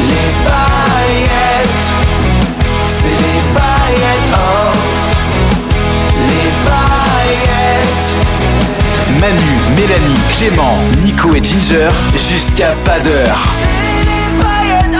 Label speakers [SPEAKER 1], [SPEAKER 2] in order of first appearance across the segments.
[SPEAKER 1] Les paillettes, c'est les paillettes off. Les paillettes. Manu, Mélanie, Clément, Nico et Ginger, jusqu'à pas d'heure. C'est les paillettes off.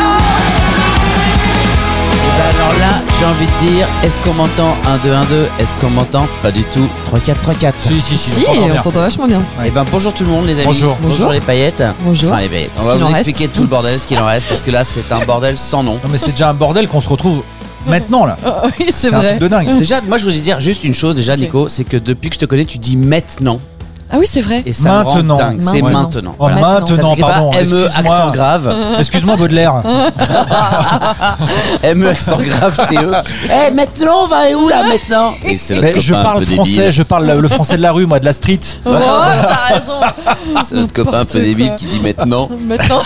[SPEAKER 2] Bah alors là, j'ai envie de dire, est-ce qu'on m'entend 1, 2, 1, 2 Est-ce qu'on m'entend Pas du tout. 3, 4, 3, 4.
[SPEAKER 3] Si, si, si,
[SPEAKER 4] Si, on t'entend vachement bien.
[SPEAKER 2] Et ben bonjour tout le monde les amis.
[SPEAKER 3] Bonjour.
[SPEAKER 4] Bonjour.
[SPEAKER 2] les paillettes.
[SPEAKER 4] Bonjour.
[SPEAKER 2] Enfin les paillettes. On
[SPEAKER 4] Ce
[SPEAKER 2] va
[SPEAKER 4] qu'il
[SPEAKER 2] vous
[SPEAKER 4] en
[SPEAKER 2] expliquer tout le bordel, ce qu'il en reste, parce que là c'est un bordel sans nom.
[SPEAKER 3] Non, mais c'est déjà un bordel qu'on se retrouve maintenant là.
[SPEAKER 4] Oh, oui, c'est
[SPEAKER 3] un truc
[SPEAKER 4] vrai.
[SPEAKER 3] de dingue.
[SPEAKER 2] Déjà, moi je voulais dire juste une chose déjà Nico, c'est que depuis que je te connais, tu dis maintenant
[SPEAKER 4] Ah oui, c'est vrai.
[SPEAKER 2] et ça me rend
[SPEAKER 3] Maintenant.
[SPEAKER 2] dingue. C'est
[SPEAKER 4] Maintenant.
[SPEAKER 2] maintenant.
[SPEAKER 3] Oh,
[SPEAKER 2] Voilà.
[SPEAKER 4] Maintenant,
[SPEAKER 2] Ça
[SPEAKER 3] maintenant,
[SPEAKER 2] s'écrit
[SPEAKER 3] pardon.
[SPEAKER 2] pas ME accent
[SPEAKER 3] Excuse-moi,
[SPEAKER 2] grave,
[SPEAKER 3] excuse-moi Baudelaire.
[SPEAKER 2] ME E accent grave TE. Eh maintenant on va où là maintenant Et c'est notre
[SPEAKER 3] Mais je
[SPEAKER 2] copain un
[SPEAKER 3] parle
[SPEAKER 2] peu
[SPEAKER 3] français,
[SPEAKER 2] débile.
[SPEAKER 3] je parle le français de la rue, moi, de la street.
[SPEAKER 4] Oh, t'as raison.
[SPEAKER 2] C'est notre copain un peu
[SPEAKER 4] N'importe
[SPEAKER 2] débile
[SPEAKER 4] quoi.
[SPEAKER 2] qui dit maintenant.
[SPEAKER 4] Maintenant.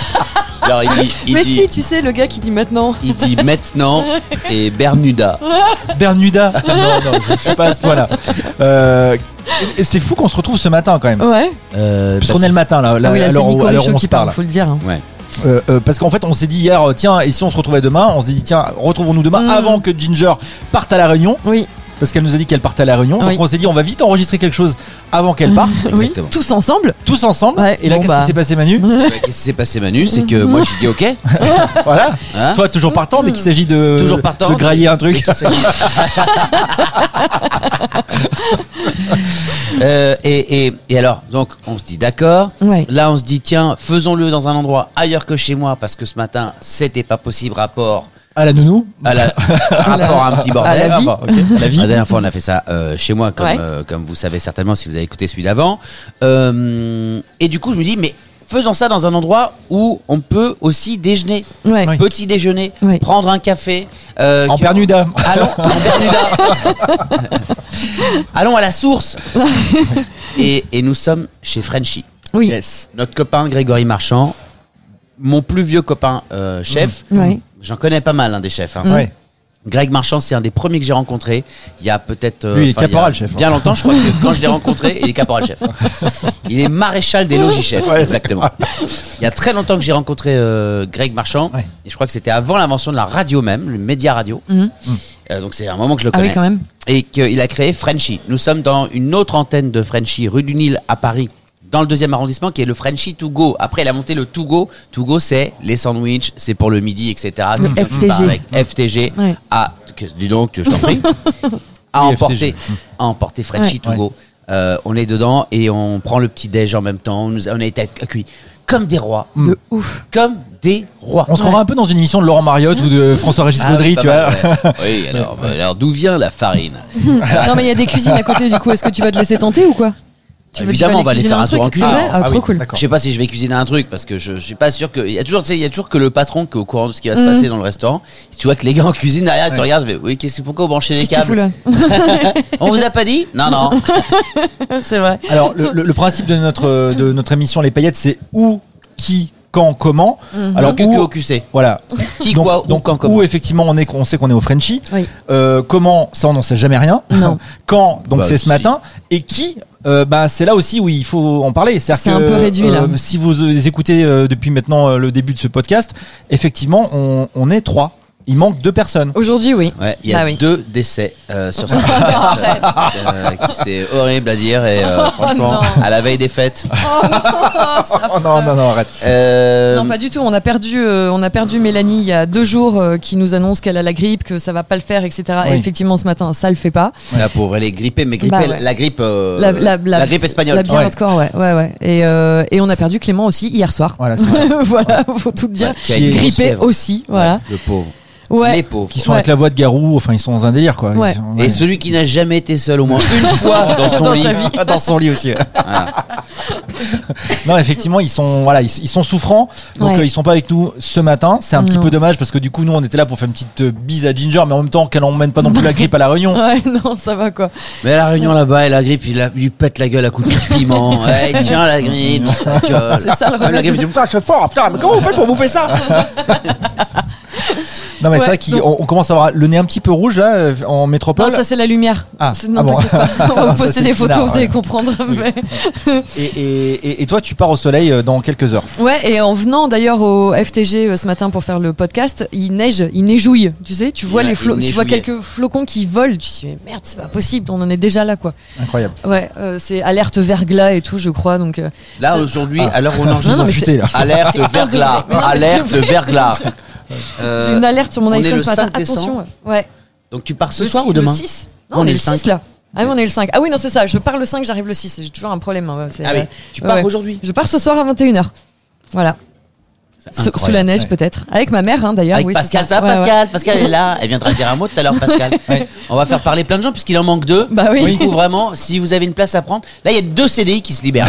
[SPEAKER 2] Alors il dit, il
[SPEAKER 4] Mais
[SPEAKER 2] dit-
[SPEAKER 4] si, tu sais, le gars qui dit maintenant.
[SPEAKER 2] Il dit maintenant et Bermuda.
[SPEAKER 3] Bernuda. Non, non, je suis pas à ce point-là. Euh, et c'est fou qu'on se retrouve ce matin quand même.
[SPEAKER 4] Ouais.
[SPEAKER 3] Parce qu'on est le matin là, là,
[SPEAKER 4] Ah oui, là,
[SPEAKER 3] à
[SPEAKER 4] c'est
[SPEAKER 3] l'heure où-
[SPEAKER 4] Nico
[SPEAKER 3] à l'heure où
[SPEAKER 4] Richaud
[SPEAKER 3] on
[SPEAKER 4] qui
[SPEAKER 3] se parle.
[SPEAKER 4] parle, faut le dire. hein.
[SPEAKER 3] Euh, euh, parce qu'en fait, on s'est dit hier, euh, tiens, et si on se retrouvait demain On s'est dit, tiens, retrouvons-nous demain
[SPEAKER 4] Mm.
[SPEAKER 3] avant que Ginger parte à la réunion.
[SPEAKER 4] Oui.
[SPEAKER 3] Parce qu'elle nous a dit qu'elle partait à la réunion.
[SPEAKER 4] Oui.
[SPEAKER 3] Donc on s'est dit, on va vite enregistrer quelque chose avant qu'elle parte.
[SPEAKER 4] Oui. Tous ensemble.
[SPEAKER 3] Tous ensemble.
[SPEAKER 4] Ouais,
[SPEAKER 3] et là,
[SPEAKER 4] bon,
[SPEAKER 3] qu'est-ce
[SPEAKER 4] bah.
[SPEAKER 3] qui s'est passé, Manu
[SPEAKER 2] Bah, Qu'est-ce qui s'est passé, Manu C'est que moi, j'ai dit OK.
[SPEAKER 3] Euh, Voilà.
[SPEAKER 2] Hein
[SPEAKER 3] Toi, toujours partant dès qu'il s'agit de,
[SPEAKER 2] Toujours partant,
[SPEAKER 3] de grailler
[SPEAKER 2] tu-
[SPEAKER 3] un truc.
[SPEAKER 2] Euh, et, et- et alors, donc, on se dit d'accord.
[SPEAKER 4] Ouais.
[SPEAKER 2] Là, on se dit, tiens, faisons-le dans un endroit ailleurs que chez moi, parce que ce matin, c'était pas possible, rapport
[SPEAKER 3] À Ah, la nounou.
[SPEAKER 2] à, la, rapport à un petit bordel.
[SPEAKER 4] à la vie.
[SPEAKER 2] Ah, bah, ok.
[SPEAKER 3] La vie.
[SPEAKER 2] dernière fois, on a fait ça euh, chez moi, comme,
[SPEAKER 4] Ouais.
[SPEAKER 2] euh, comme vous savez certainement si vous avez écouté celui d'avant. Euh, et du coup, je me dis, mais faisons ça dans un endroit où on peut aussi déjeuner.
[SPEAKER 4] Ouais.
[SPEAKER 3] Oui.
[SPEAKER 2] Petit déjeuner,
[SPEAKER 4] Oui.
[SPEAKER 2] prendre un café. euh,
[SPEAKER 3] En
[SPEAKER 2] que-
[SPEAKER 3] pernuda.
[SPEAKER 2] Allons, en Bermuda. Allons à la source. et, et nous sommes chez Frenchy.
[SPEAKER 4] Oui.
[SPEAKER 2] Yes. Notre copain Grégory Marchand, mon plus vieux copain euh, chef.
[SPEAKER 4] Ouais.
[SPEAKER 2] J'en connais pas mal hein, des chefs. hein.
[SPEAKER 3] Ouais.
[SPEAKER 2] Greg Marchand, c'est un des premiers que j'ai rencontré. Il y a peut-être. euh,
[SPEAKER 3] Lui, il est
[SPEAKER 2] enfin, y a
[SPEAKER 3] caporal chef, hein.
[SPEAKER 2] Bien longtemps, je crois que quand je l'ai rencontré, il est caporal chef. Il est maréchal des logis chefs, exactement. Il y a très longtemps que j'ai rencontré euh, Greg Marchand.
[SPEAKER 3] Ouais.
[SPEAKER 2] Et je crois que c'était avant l'invention de la radio même, le média radio. Euh, donc c'est un moment que je le
[SPEAKER 4] Ah
[SPEAKER 2] connais.
[SPEAKER 4] oui, quand même.
[SPEAKER 2] Et qu'il a créé Frenchy. Nous sommes dans une autre antenne de Frenchy, rue du Nil à Paris. Dans le deuxième arrondissement, qui est le Frenchy To Go. Après, il a monté le To Go. To Go, c'est les sandwichs, c'est pour le midi, etc.
[SPEAKER 4] Le
[SPEAKER 2] Tu viens de
[SPEAKER 4] FTG.
[SPEAKER 2] parler Avec FTG.
[SPEAKER 4] Ouais.
[SPEAKER 2] À, Ah, que- dis donc, que je t'en prie. à
[SPEAKER 3] Oui,
[SPEAKER 2] emporter,
[SPEAKER 3] FTG.
[SPEAKER 2] à emporter Frenchy
[SPEAKER 4] Ouais.
[SPEAKER 2] To Go. Euh, on est dedans et on prend le petit déj en même temps. On, nous- on a été accueillis comme des rois.
[SPEAKER 4] De ouf.
[SPEAKER 2] Comme des rois.
[SPEAKER 3] Mm. On se croirait un peu dans une émission de Laurent Mariotte ou de François-Régis
[SPEAKER 2] Ah
[SPEAKER 3] Gaudry,
[SPEAKER 2] oui, pas
[SPEAKER 3] tu vois.
[SPEAKER 2] mal, ouais. Oui, alors, bah, alors d'où vient la farine
[SPEAKER 4] non, mais il y a des cuisines à côté, du coup, est-ce que tu vas te laisser tenter ou quoi tu veux- tu
[SPEAKER 2] Évidemment,
[SPEAKER 4] vas
[SPEAKER 2] on va aller
[SPEAKER 4] cuisiner
[SPEAKER 2] faire un tour en
[SPEAKER 4] truc
[SPEAKER 2] cuisine.
[SPEAKER 4] Ah ouais Ah,
[SPEAKER 3] Ah
[SPEAKER 4] trop
[SPEAKER 3] oui,
[SPEAKER 4] cool.
[SPEAKER 3] d'accord.
[SPEAKER 2] Je sais pas si je vais cuisiner un truc parce que je, je suis pas sûr que. Il y a toujours, tu sais, il y a toujours que le patron qui est au courant de ce qui va
[SPEAKER 4] Mhm.
[SPEAKER 2] se passer dans le restaurant. Tu vois que les gars en cuisine derrière, tu regardes, mais oui, qu'est-ce que pourquoi vous branchez les
[SPEAKER 4] Qu'est-ce que tu fous
[SPEAKER 2] câbles
[SPEAKER 4] là
[SPEAKER 2] On vous a pas dit Non, non.
[SPEAKER 4] C'est vrai.
[SPEAKER 3] Alors, le, le- le principe de notre, euh, de notre émission Les Paillettes, c'est où, qui, quand, comment.
[SPEAKER 4] Mhm.
[SPEAKER 3] Alors,
[SPEAKER 2] que, que
[SPEAKER 3] où-
[SPEAKER 2] au QC.
[SPEAKER 3] Voilà.
[SPEAKER 2] Qui,
[SPEAKER 3] donc,
[SPEAKER 2] quoi, où,
[SPEAKER 3] donc,
[SPEAKER 2] quand, comment.
[SPEAKER 3] Où, effectivement, on, est, on sait qu'on est au Frenchy.
[SPEAKER 4] Oui.
[SPEAKER 3] Euh, comment, ça, on n'en sait jamais rien.
[SPEAKER 4] Non.
[SPEAKER 3] quand, donc,
[SPEAKER 2] Bah,
[SPEAKER 3] c'est ce
[SPEAKER 2] si.
[SPEAKER 3] matin. Et qui, euh, bah, c'est là aussi où il faut en parler. C'est-à-dire
[SPEAKER 4] C'est un
[SPEAKER 3] que,
[SPEAKER 4] peu réduit, là.
[SPEAKER 3] euh, si vous euh, les écoutez euh, depuis maintenant euh, le début de ce podcast, effectivement, on, on est trois. Il manque deux personnes.
[SPEAKER 4] Aujourd'hui, oui.
[SPEAKER 2] Ouais, il y a
[SPEAKER 4] Ah oui.
[SPEAKER 2] deux décès euh, sur ce podcast, euh, qui c'est horrible à dire et euh, franchement,
[SPEAKER 4] Oh non.
[SPEAKER 2] à la veille des fêtes.
[SPEAKER 3] Oh, non, non, non, arrête.
[SPEAKER 2] Euh,
[SPEAKER 4] Non, pas du tout. On a perdu, euh, on a perdu Mélanie il y a deux jours euh, qui nous annonce qu'elle a la grippe, que ça va pas le faire, etc.
[SPEAKER 3] Oui.
[SPEAKER 4] Et effectivement, ce matin, ça le fait pas.
[SPEAKER 2] Là pour aller gripper, mais gripper
[SPEAKER 4] Bah ouais.
[SPEAKER 2] la grippe, euh,
[SPEAKER 4] la, la- la-
[SPEAKER 2] grippe espagnole.
[SPEAKER 4] La bien
[SPEAKER 3] Ouais.
[SPEAKER 4] hardcore, ouais. ouais, ouais. Et, euh, et on a perdu Clément aussi hier soir.
[SPEAKER 3] Voilà, c'est ça.
[SPEAKER 4] voilà, faut tout dire.
[SPEAKER 2] Ouais, qui a une grosse
[SPEAKER 4] Grippé
[SPEAKER 2] fièvre.
[SPEAKER 4] aussi, voilà.
[SPEAKER 2] Ouais, le pauvre.
[SPEAKER 4] Ouais.
[SPEAKER 2] les pauvres.
[SPEAKER 3] Qui sont
[SPEAKER 4] Ouais.
[SPEAKER 3] avec la voix de Garou, enfin ils sont dans un délire quoi. Ils
[SPEAKER 4] Ouais.
[SPEAKER 3] sont-
[SPEAKER 2] Et celui qui n'a jamais été seul au moins une fois dans son
[SPEAKER 3] Dans
[SPEAKER 2] lit.
[SPEAKER 3] sa vie. dans son lit aussi. ouais. non, effectivement, ils sont voilà, ils, ils sont souffrants. Donc
[SPEAKER 4] Ouais.
[SPEAKER 3] euh, ils sont pas avec nous ce matin. C'est un petit
[SPEAKER 4] Non.
[SPEAKER 3] peu dommage parce que du coup nous on était là pour faire une petite euh, bise à Ginger, mais en même temps qu'elle emmène pas non plus la grippe à la Réunion.
[SPEAKER 4] Ouais, non, ça va quoi.
[SPEAKER 2] Mais à la réunion là-bas, elle a grippe, il la- lui pète la gueule à coups de piment. Ouais, tiens la grippe, ta gueule.
[SPEAKER 4] C'est ça, le
[SPEAKER 2] Même la grippe, elle dit, putain, je suis fort, putain, mais comment vous faites pour bouffer ça
[SPEAKER 3] Non mais
[SPEAKER 4] Ouais,
[SPEAKER 3] c'est vrai qu'on
[SPEAKER 4] donc-
[SPEAKER 3] on commence à avoir le nez un petit peu rouge là euh, en métropole.
[SPEAKER 4] Non, ça c'est la lumière.
[SPEAKER 3] Ah,
[SPEAKER 4] C'est- non,
[SPEAKER 3] ah bon.
[SPEAKER 4] t'inquiète pas. On va vous
[SPEAKER 3] Ça,
[SPEAKER 4] poster
[SPEAKER 3] c'est
[SPEAKER 4] des photos,
[SPEAKER 3] bizarre,
[SPEAKER 4] vous allez
[SPEAKER 3] ouais.
[SPEAKER 4] comprendre. mais-
[SPEAKER 3] et, et- et- et toi tu pars au soleil euh, dans quelques heures.
[SPEAKER 4] Ouais, et en venant d'ailleurs au FTG euh, ce matin pour faire le podcast, il neige, il neigeouille. Tu sais, tu vois
[SPEAKER 2] Ouais,
[SPEAKER 4] les flo-
[SPEAKER 2] il
[SPEAKER 4] tu vois
[SPEAKER 2] neigouillait.
[SPEAKER 4] quelques flocons qui volent. Tu te dis mais merde, c'est pas possible, on en est déjà là quoi.
[SPEAKER 3] Incroyable.
[SPEAKER 4] Ouais, euh, c'est alerte verglas et tout, je crois. Donc euh,
[SPEAKER 2] Là
[SPEAKER 4] Ça-
[SPEAKER 2] aujourd'hui, à l'heure où on enregistre,
[SPEAKER 4] Non, non, mais
[SPEAKER 3] Putain, là.
[SPEAKER 2] alerte verglas, alerte verglas.
[SPEAKER 4] j'ai une alerte sur mon
[SPEAKER 2] on est
[SPEAKER 4] iPhone
[SPEAKER 2] le
[SPEAKER 4] ce matin.
[SPEAKER 2] 5
[SPEAKER 4] Attention.
[SPEAKER 2] décembre.
[SPEAKER 4] ouais. Ouais.
[SPEAKER 2] Euh, Donc tu pars ce
[SPEAKER 4] Le
[SPEAKER 2] soir
[SPEAKER 4] six-
[SPEAKER 2] ou demain
[SPEAKER 4] Le 6 Non, on, est le 6
[SPEAKER 2] cinq.
[SPEAKER 4] là. Ah oui, on est le 5. Ah oui, non, c'est ça. Je pars le 5, j'arrive le 6. J'ai toujours un problème. hein, ouais, c'est-
[SPEAKER 2] Ah oui,
[SPEAKER 4] ouais.
[SPEAKER 2] tu pars
[SPEAKER 4] Ouais.
[SPEAKER 2] aujourd'hui.
[SPEAKER 4] Je pars ce soir à 21h. Voilà. Sous- Sous la
[SPEAKER 2] incroyable,
[SPEAKER 4] neige
[SPEAKER 3] ouais.
[SPEAKER 4] peut-être. Avec ma mère hein, d'ailleurs.
[SPEAKER 2] Avec
[SPEAKER 4] oui, c'est
[SPEAKER 2] Pascal,
[SPEAKER 4] ça,
[SPEAKER 2] ça, va,
[SPEAKER 4] Ouais, ouais.
[SPEAKER 2] Pascal, Pascal est là. Elle viendra dire un mot tout à l'heure, Pascal. On va faire parler plein de gens puisqu'il en manque deux.
[SPEAKER 4] Bah oui.
[SPEAKER 2] Du coup, vraiment, si vous avez une place à prendre, là, il y a deux CDI qui se libèrent.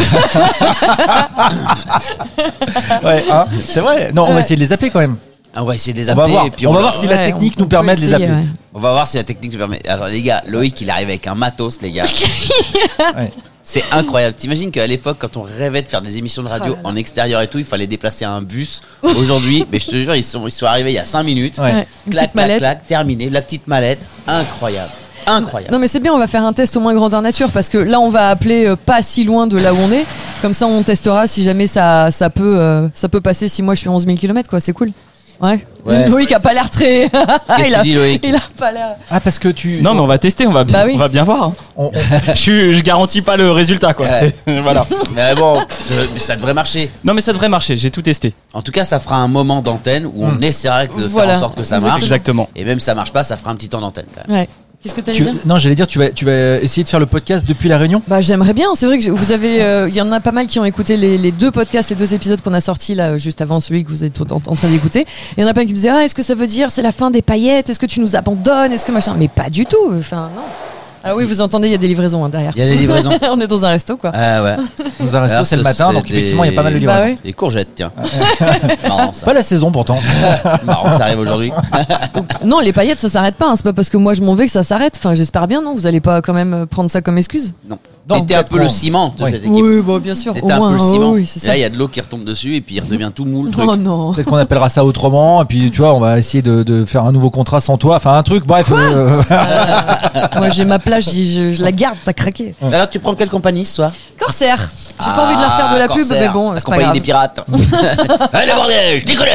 [SPEAKER 3] Ouais. hein, c'est vrai. Non, on va
[SPEAKER 4] Ah. Ouais.
[SPEAKER 3] essayer de les appeler quand même.
[SPEAKER 2] Ah, on va essayer de les
[SPEAKER 3] On va
[SPEAKER 2] appeler.
[SPEAKER 3] voir.
[SPEAKER 2] et puis
[SPEAKER 3] on va
[SPEAKER 2] leur-
[SPEAKER 3] voir si la
[SPEAKER 4] Ouais,
[SPEAKER 3] technique
[SPEAKER 4] on-
[SPEAKER 3] nous
[SPEAKER 4] on
[SPEAKER 3] permet
[SPEAKER 4] peut
[SPEAKER 3] de les
[SPEAKER 4] essayer,
[SPEAKER 3] appeler.
[SPEAKER 4] ouais.
[SPEAKER 2] On va voir si la technique nous permet. Alors les gars, Loïc il arrive avec un matos les gars.
[SPEAKER 3] Ouais.
[SPEAKER 2] C'est incroyable. T'imagines qu'à l'époque quand on rêvait de faire des émissions de radio
[SPEAKER 4] Ah là
[SPEAKER 2] en extérieur et tout, il fallait déplacer un bus. Aujourd'hui, mais je te jure, ils sont, ils sont arrivés il y a 5 minutes.
[SPEAKER 3] Ouais.
[SPEAKER 4] Ouais, une
[SPEAKER 2] Clac,
[SPEAKER 4] petite mallette.
[SPEAKER 2] clac, clac, terminé. La petite mallette. Incroyable. Incroyable.
[SPEAKER 4] Non mais c'est bien, on va faire un test au moins grandeur nature parce que là on va appeler euh, pas si loin de là où on est. Comme ça on testera si jamais ça, ça, peut, euh, ça peut passer si moi je suis 11 000 km quoi, c'est cool. Ouais.
[SPEAKER 2] Ouais.
[SPEAKER 4] Loïc a pas l'air très... il,
[SPEAKER 2] que
[SPEAKER 4] a,
[SPEAKER 2] tu dis, Loïc
[SPEAKER 4] il a pas l'air...
[SPEAKER 3] Ah parce que tu.
[SPEAKER 5] Non, mais on va tester, on va bien,
[SPEAKER 4] Bah oui.
[SPEAKER 5] on va bien voir. hein.
[SPEAKER 3] On-
[SPEAKER 5] je, suis- je garantis pas le résultat, quoi.
[SPEAKER 2] Ouais.
[SPEAKER 5] C'est- voilà.
[SPEAKER 2] Mais bon, je- mais ça devrait marcher.
[SPEAKER 5] Non, mais ça devrait marcher. J'ai tout testé.
[SPEAKER 2] En tout cas, ça fera un moment d'antenne où on essaiera de faire
[SPEAKER 4] Voilà.
[SPEAKER 2] en sorte que ça marche.
[SPEAKER 5] Hmm. Exactement.
[SPEAKER 2] Et même si ça marche pas, ça fera un petit temps d'antenne quand même.
[SPEAKER 4] Ouais. Qu'est-ce que t'as
[SPEAKER 3] Tu-
[SPEAKER 4] dire
[SPEAKER 3] non, j'allais dire, tu vas, tu vas essayer de faire le podcast depuis la Réunion.
[SPEAKER 4] Bah j'aimerais bien, c'est vrai que j'ai- vous avez... euh, Il y en a pas mal qui ont écouté les, les deux podcasts, les deux épisodes qu'on a sortis là euh, juste avant celui que vous êtes en, en train d'écouter. Il y en a plein qui me disaient, ah est-ce que ça veut dire c'est la fin des paillettes, est-ce que tu nous abandonnes, est-ce que machin... Mais pas du tout, enfin non. Ah oui, vous entendez, il y a des livraisons hein, derrière.
[SPEAKER 2] Il y a des livraisons.
[SPEAKER 4] on est dans un resto quoi.
[SPEAKER 2] Ah ouais.
[SPEAKER 3] Dans un resto,
[SPEAKER 2] Alors,
[SPEAKER 3] c'est le
[SPEAKER 2] ce-
[SPEAKER 3] matin,
[SPEAKER 2] c'est
[SPEAKER 3] donc
[SPEAKER 2] des-
[SPEAKER 3] effectivement, il y a pas mal de Ah livraisons.
[SPEAKER 4] Bah ouais.
[SPEAKER 2] Des courgettes, tiens. marrant, ça.
[SPEAKER 3] Pas la saison pourtant.
[SPEAKER 2] marrant que ça arrive aujourd'hui.
[SPEAKER 4] Non, les paillettes, ça s'arrête pas. hein. C'est pas parce que moi je m'en vais que ça s'arrête. Enfin, j'espère bien, non Vous allez pas quand même euh, prendre ça comme excuse
[SPEAKER 2] Non.
[SPEAKER 3] Non,
[SPEAKER 2] T'étais un peu
[SPEAKER 3] peut-être
[SPEAKER 2] le
[SPEAKER 3] pas.
[SPEAKER 2] ciment de
[SPEAKER 3] Oui.
[SPEAKER 2] cette équipe.
[SPEAKER 4] bah bien sûr.
[SPEAKER 2] T'étais un peu le
[SPEAKER 4] oh,
[SPEAKER 2] ciment.
[SPEAKER 4] oui, c'est
[SPEAKER 2] Et
[SPEAKER 4] ça.
[SPEAKER 2] là, il y a de l'eau qui retombe dessus et puis il redevient tout mou le truc.
[SPEAKER 4] Oh non.
[SPEAKER 3] Peut-être qu'on appellera ça autrement, et puis tu vois, on va essayer de, de faire un nouveau contrat sans toi, enfin un truc, bref. euh,
[SPEAKER 4] moi j'ai ma plage, j'y- je, je la garde. T'as craqué.
[SPEAKER 2] Alors, tu prends quelle compagnie ce soir
[SPEAKER 4] Corsaire. J'ai pas envie de leur faire de la
[SPEAKER 2] Ah,
[SPEAKER 4] pub,
[SPEAKER 2] Corsair,
[SPEAKER 4] mais bon,
[SPEAKER 2] La
[SPEAKER 4] c'est pas
[SPEAKER 2] compagnie
[SPEAKER 4] grave.
[SPEAKER 2] des pirates. Allez, bordel, je décolle.